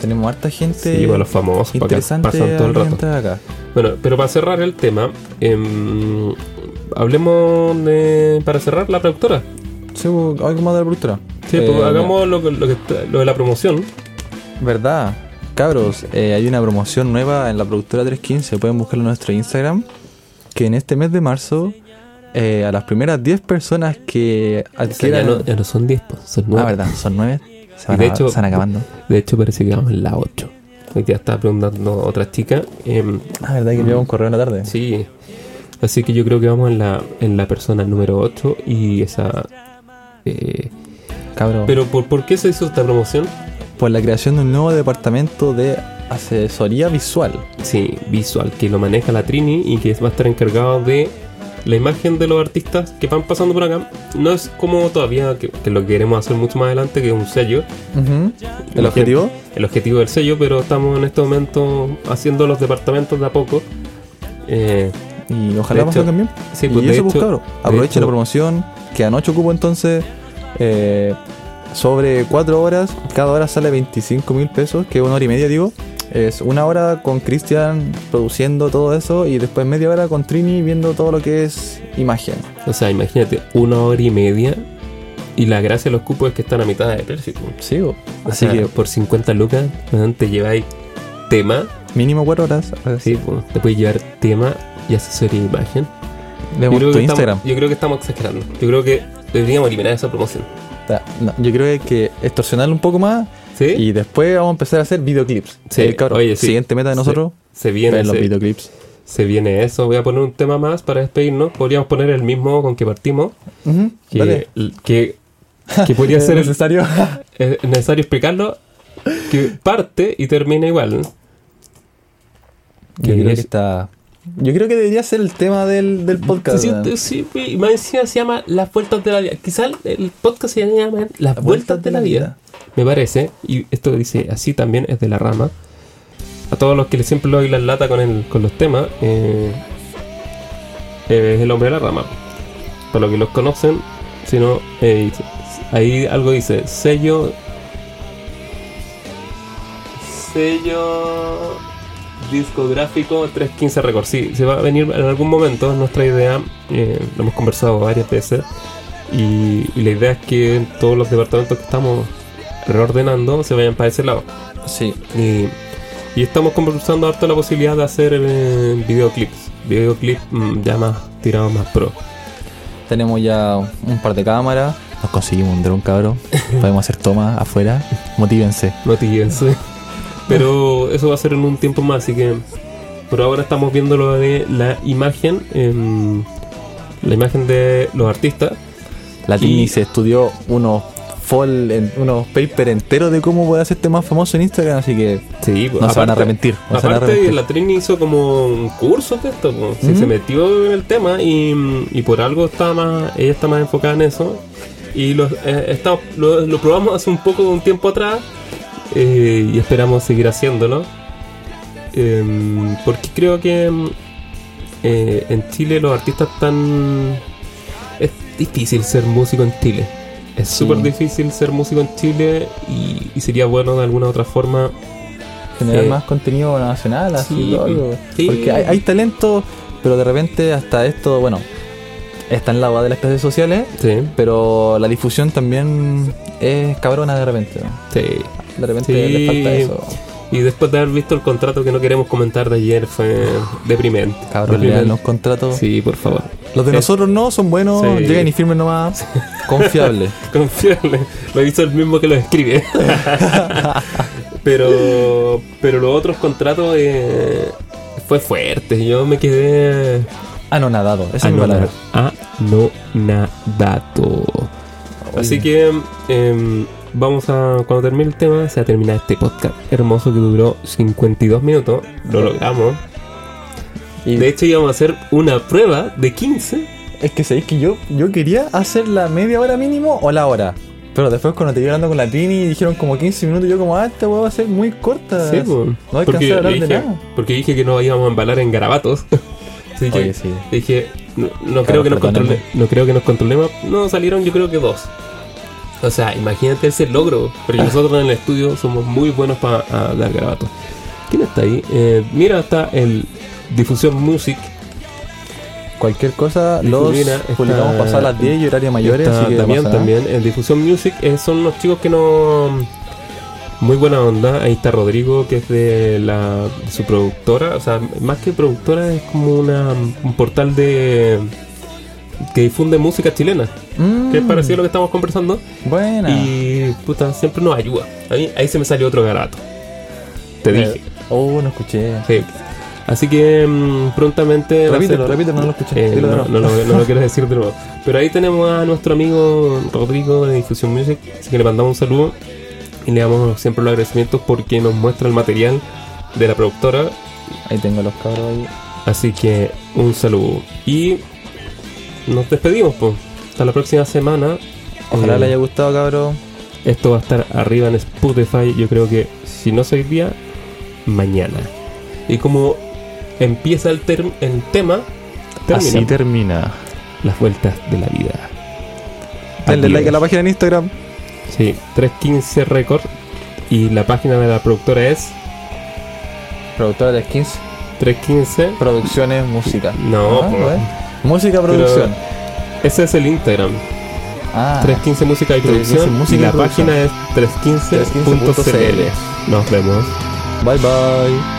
A: Tenemos harta gente.
B: Sí, para los famosos, para que
A: interesante
B: pasan todo el
A: al
B: rato.
A: entrar acá.
B: Bueno, pero para cerrar el tema, em, hablemos de, para cerrar la productora.
A: Sí, pues, algo más de la productora.
B: Sí,
A: Eh,
B: pues, hagamos lo, que- lo que está- lo de la promoción.
A: Verdad. Cabros, eh, hay una promoción nueva en la productora 315. Pueden buscarlo en nuestro Instagram. Que en este mes de marzo, eh, a las primeras 10 personas que adquieran.
B: son 10, son
A: Ah, verdad, son 9. Se van,
B: Y de
A: a-
B: hecho-
A: se van acabando.
B: De hecho, parece que vamos en la 8. Hoy día estaba preguntando otra chica. em,
A: Ah, verdad que enviamos un correo en la tarde.
B: sí, así que yo creo que vamos en la, en la persona número 8 y esa... eh,
A: Cabros.
B: pero ¿por, ¿por qué se hizo esta promoción?
A: por la creación de un nuevo departamento de asesoría visual.
B: Sí, visual, que lo maneja la Trini y que va a estar encargado de la imagen de los artistas que van pasando por acá. No es como todavía, que, que lo que queremos hacer mucho más adelante, que es un sello.
A: ¿El objetivo?
B: El objetivo del sello, pero estamos en este momento haciendo los departamentos de a poco. Eh,
A: Y ojalá
B: De hecho-
A: pasen también.
B: sí,
A: y
B: pues, de
A: eso, pues,
B: hecho-
A: cabros.
B: de
A: Aprovechen
B: hecho-
A: la promoción. Quedan 8 cupos entonces. eh, sobre 4 horas, cada hora sale 25 mil pesos, que es una hora y media, digo. Es una hora con Cristian produciendo todo eso y después media hora con Trini viendo todo lo que es imagen.
B: o sea, imagínate, una hora y media. Y la gracia de los cupos es que están a mitad de precio.
A: Sí, bo.
B: O
A: Así
B: sea,
A: que
B: por 50 lucas, weón, te lleváis tema.
A: mínimo 4 horas.
B: Sí, pues, te puedes llevar tema y asesoría de imagen.
A: Vemos
B: yo creo
A: tu
B: que estamos-
A: Instagram.
B: yo creo que estamos exagerando. Yo creo que deberíamos eliminar esa promoción.
A: Ta- no, yo creo que hay que extorsionar un poco más
B: Ah, ¿Sí?
A: y después vamos a empezar a hacer videoclips.
B: Sí,
A: Eh, cabrón,
B: oye, sí.
A: Siguiente meta de
B: Se-
A: nosotros,
B: se viene
A: ver los
B: ese-
A: videoclips.
B: Se viene eso, voy a poner un tema más para despedirnos. Podríamos poner el mismo con que partimos.
A: Ujú,
B: Que,
A: dale.
B: l- que, que podría
A: ¿Es
B: ser el-
A: necesario?
B: es necesario explicarlo. Que parte y termina igual.
A: yo creo
B: es-
A: que está... Yo creo que debería ser el tema del, del
B: Se
A: podcast.
B: siente- sí, y más encima se llama Las Vueltas de la Vida. Quizás el podcast se llama Las, Vueltas, de la, vida. me parece. Y esto dice así también, es de la rama. A todos los que les- siempre lo doy la lata con, el- con los temas, eh, eh, es el hombre de la rama. Para los que los conocen, si no, eh, dice- ahí algo dice, sello... Sello discográfico 315 Records. Sí, se va a venir en algún momento, es nuestra idea, eh, lo hemos conversado varias veces. Y, y la idea es que en todos los departamentos que estamos reordenando se vayan para ese lado.
A: Sí.
B: Y, y estamos conversando harto la posibilidad de hacer eh, videoclips. Videoclips mm, ya más tirados más pro.
A: Tenemos ya un par de cámaras. Nos conseguimos un dron, cabrón. Podemos hacer tomas afuera. Motívense.
B: No te guíense. Pero eso va a ser en un tiempo más, así que por ahora estamos viendo lo de la imagen. em, la imagen de los artistas.
A: La
B: Y-
A: Tini se estudió unos fall, en- unos papers enteros de cómo poder hacerte más famoso en Instagram, así que
B: Sí, pues,
A: no se van a arrepentir. No se van a
B: aparte,
A: arrepentir.
B: la Trini hizo como un curso de esto, po. Sí,
A: Ujú.
B: se metió en el tema y, y por algo está más, ella está más enfocada en eso. Y los, eh, está- lo, lo probamos hace un poco, un tiempo atrás eh, y esperamos seguir haciéndolo. Em, porque creo que em, eh, en Chile los artistas están... Es difícil ser músico en Chile. Es súper difícil ser músico en Chile y, y sería bueno de alguna u otra forma
A: generar
B: Eh,
A: más contenido nacional, así
B: sí,
A: todo algo.
B: sí.
A: Porque hay, hay talento, pero de repente hasta esto, bueno, está en la agua de las clases sociales,
B: Sí,
A: pero la difusión también es cabrona de repente. ¿no?
B: sí.
A: De repente
B: Sí.
A: le falta eso.
B: Y después de haber visto el contrato que no queremos comentar de ayer, fue deprimente.
A: Cabrón, le dan los
B: deprimente.
A: contratos.
B: Sí, por favor.
A: Los de
B: Eh,
A: nosotros no son buenos,
B: Sí.
A: lleguen y firmen nomás. Confiables.
B: Confiable. Lo hizo el mismo que lo escribe. pero, pero los otros contratos eh, fue fuerte. Yo me quedé
A: Anonadado, esa es mi palabra.
B: Anonadato. Así que em, vamos a. Cuando termine el tema, se va a terminar este podcast hermoso que duró 52 minutos. Lo logramos.
A: Y-
B: De hecho, íbamos a hacer una prueba de 15.
A: Es que sabéis que yo, yo quería hacer la media hora mínimo o la hora. Pero después cuando te iba hablando con la Tini dijeron como 15 minutos, yo como, ah, esta weá va a ser muy corta.
B: Sí, po.
A: Ah, no alcancé
B: porque,
A: a hablar
B: dije,
A: de nada.
B: porque dije que no íbamos a embalar en garabatos. Así que
A: Oye, sí.
B: dije, no, no
A: Claro,
B: creo que nos
A: perdóname.
B: controle, no creo que nos controlemos. No, salieron yo creo que dos. O sea, imagínate ese logro. Pero nosotros en el estudio somos muy buenos para dar garabatos. ¿Quién está ahí? Eh, mira, está el Difusión Music.
A: Cualquier cosa, los
B: Difumina, está-
A: publicamos pasadas las 10 y horario mayores,
B: Está
A: así que no
B: también,
A: pasa nada.
B: también. En Difusión Music eh, son los chicos que no. Muy buena onda. Ahí está Rodrigo, que es de la de su productora. O sea, más que productora, es como una, un portal de. que difunde música chilena.
A: Mm,
B: Que es parecido a lo que estamos conversando.
A: Buena.
B: Y puta, siempre nos ayuda. A mí- ahí se me salió otro garato. Te dije.
A: Oh, no escuché.
B: Sí. Así que mm, prontamente. va a
A: Repítelo,
B: ser-
A: repítelo, no lo escuché.
B: Eh,
A: Dilo de
B: no,
A: nuevo.
B: no lo, no lo quiero decir de nuevo. Pero ahí tenemos a nuestro amigo Rodrigo de Difusión Music. Así que le mandamos un saludo y le damos siempre los agradecimientos porque nos muestra el material de la productora.
A: Ahí tengo los cabros ahí.
B: Así que un saludo. Y nos despedimos, pues. Hasta la próxima semana.
A: Ojalá
B: Eh,
A: les haya gustado, cabros.
B: Esto va a estar arriba en Spotify. Yo creo que si no es hoy día, mañana. Y como empieza el, term- el tema, termina
A: Así termina.
B: las vueltas de la vida.
A: Denle
B: Adiós.
A: like a la página en Instagram.
B: Sí, 315 Record. Y la página de la productora es
A: Productora de skins,
B: 315.
A: producciones, música.
B: No,
A: Ah,
B: po.
A: bueno. Música, producción.
B: Ese es el Instagram.
A: Ah,
B: 315 Música
A: 315
B: y Producción.
A: Música
B: y
A: y
B: la
A: Producción.
B: página es 315.cl.
A: 315.cl.
B: Nos vemos.
A: bye bye.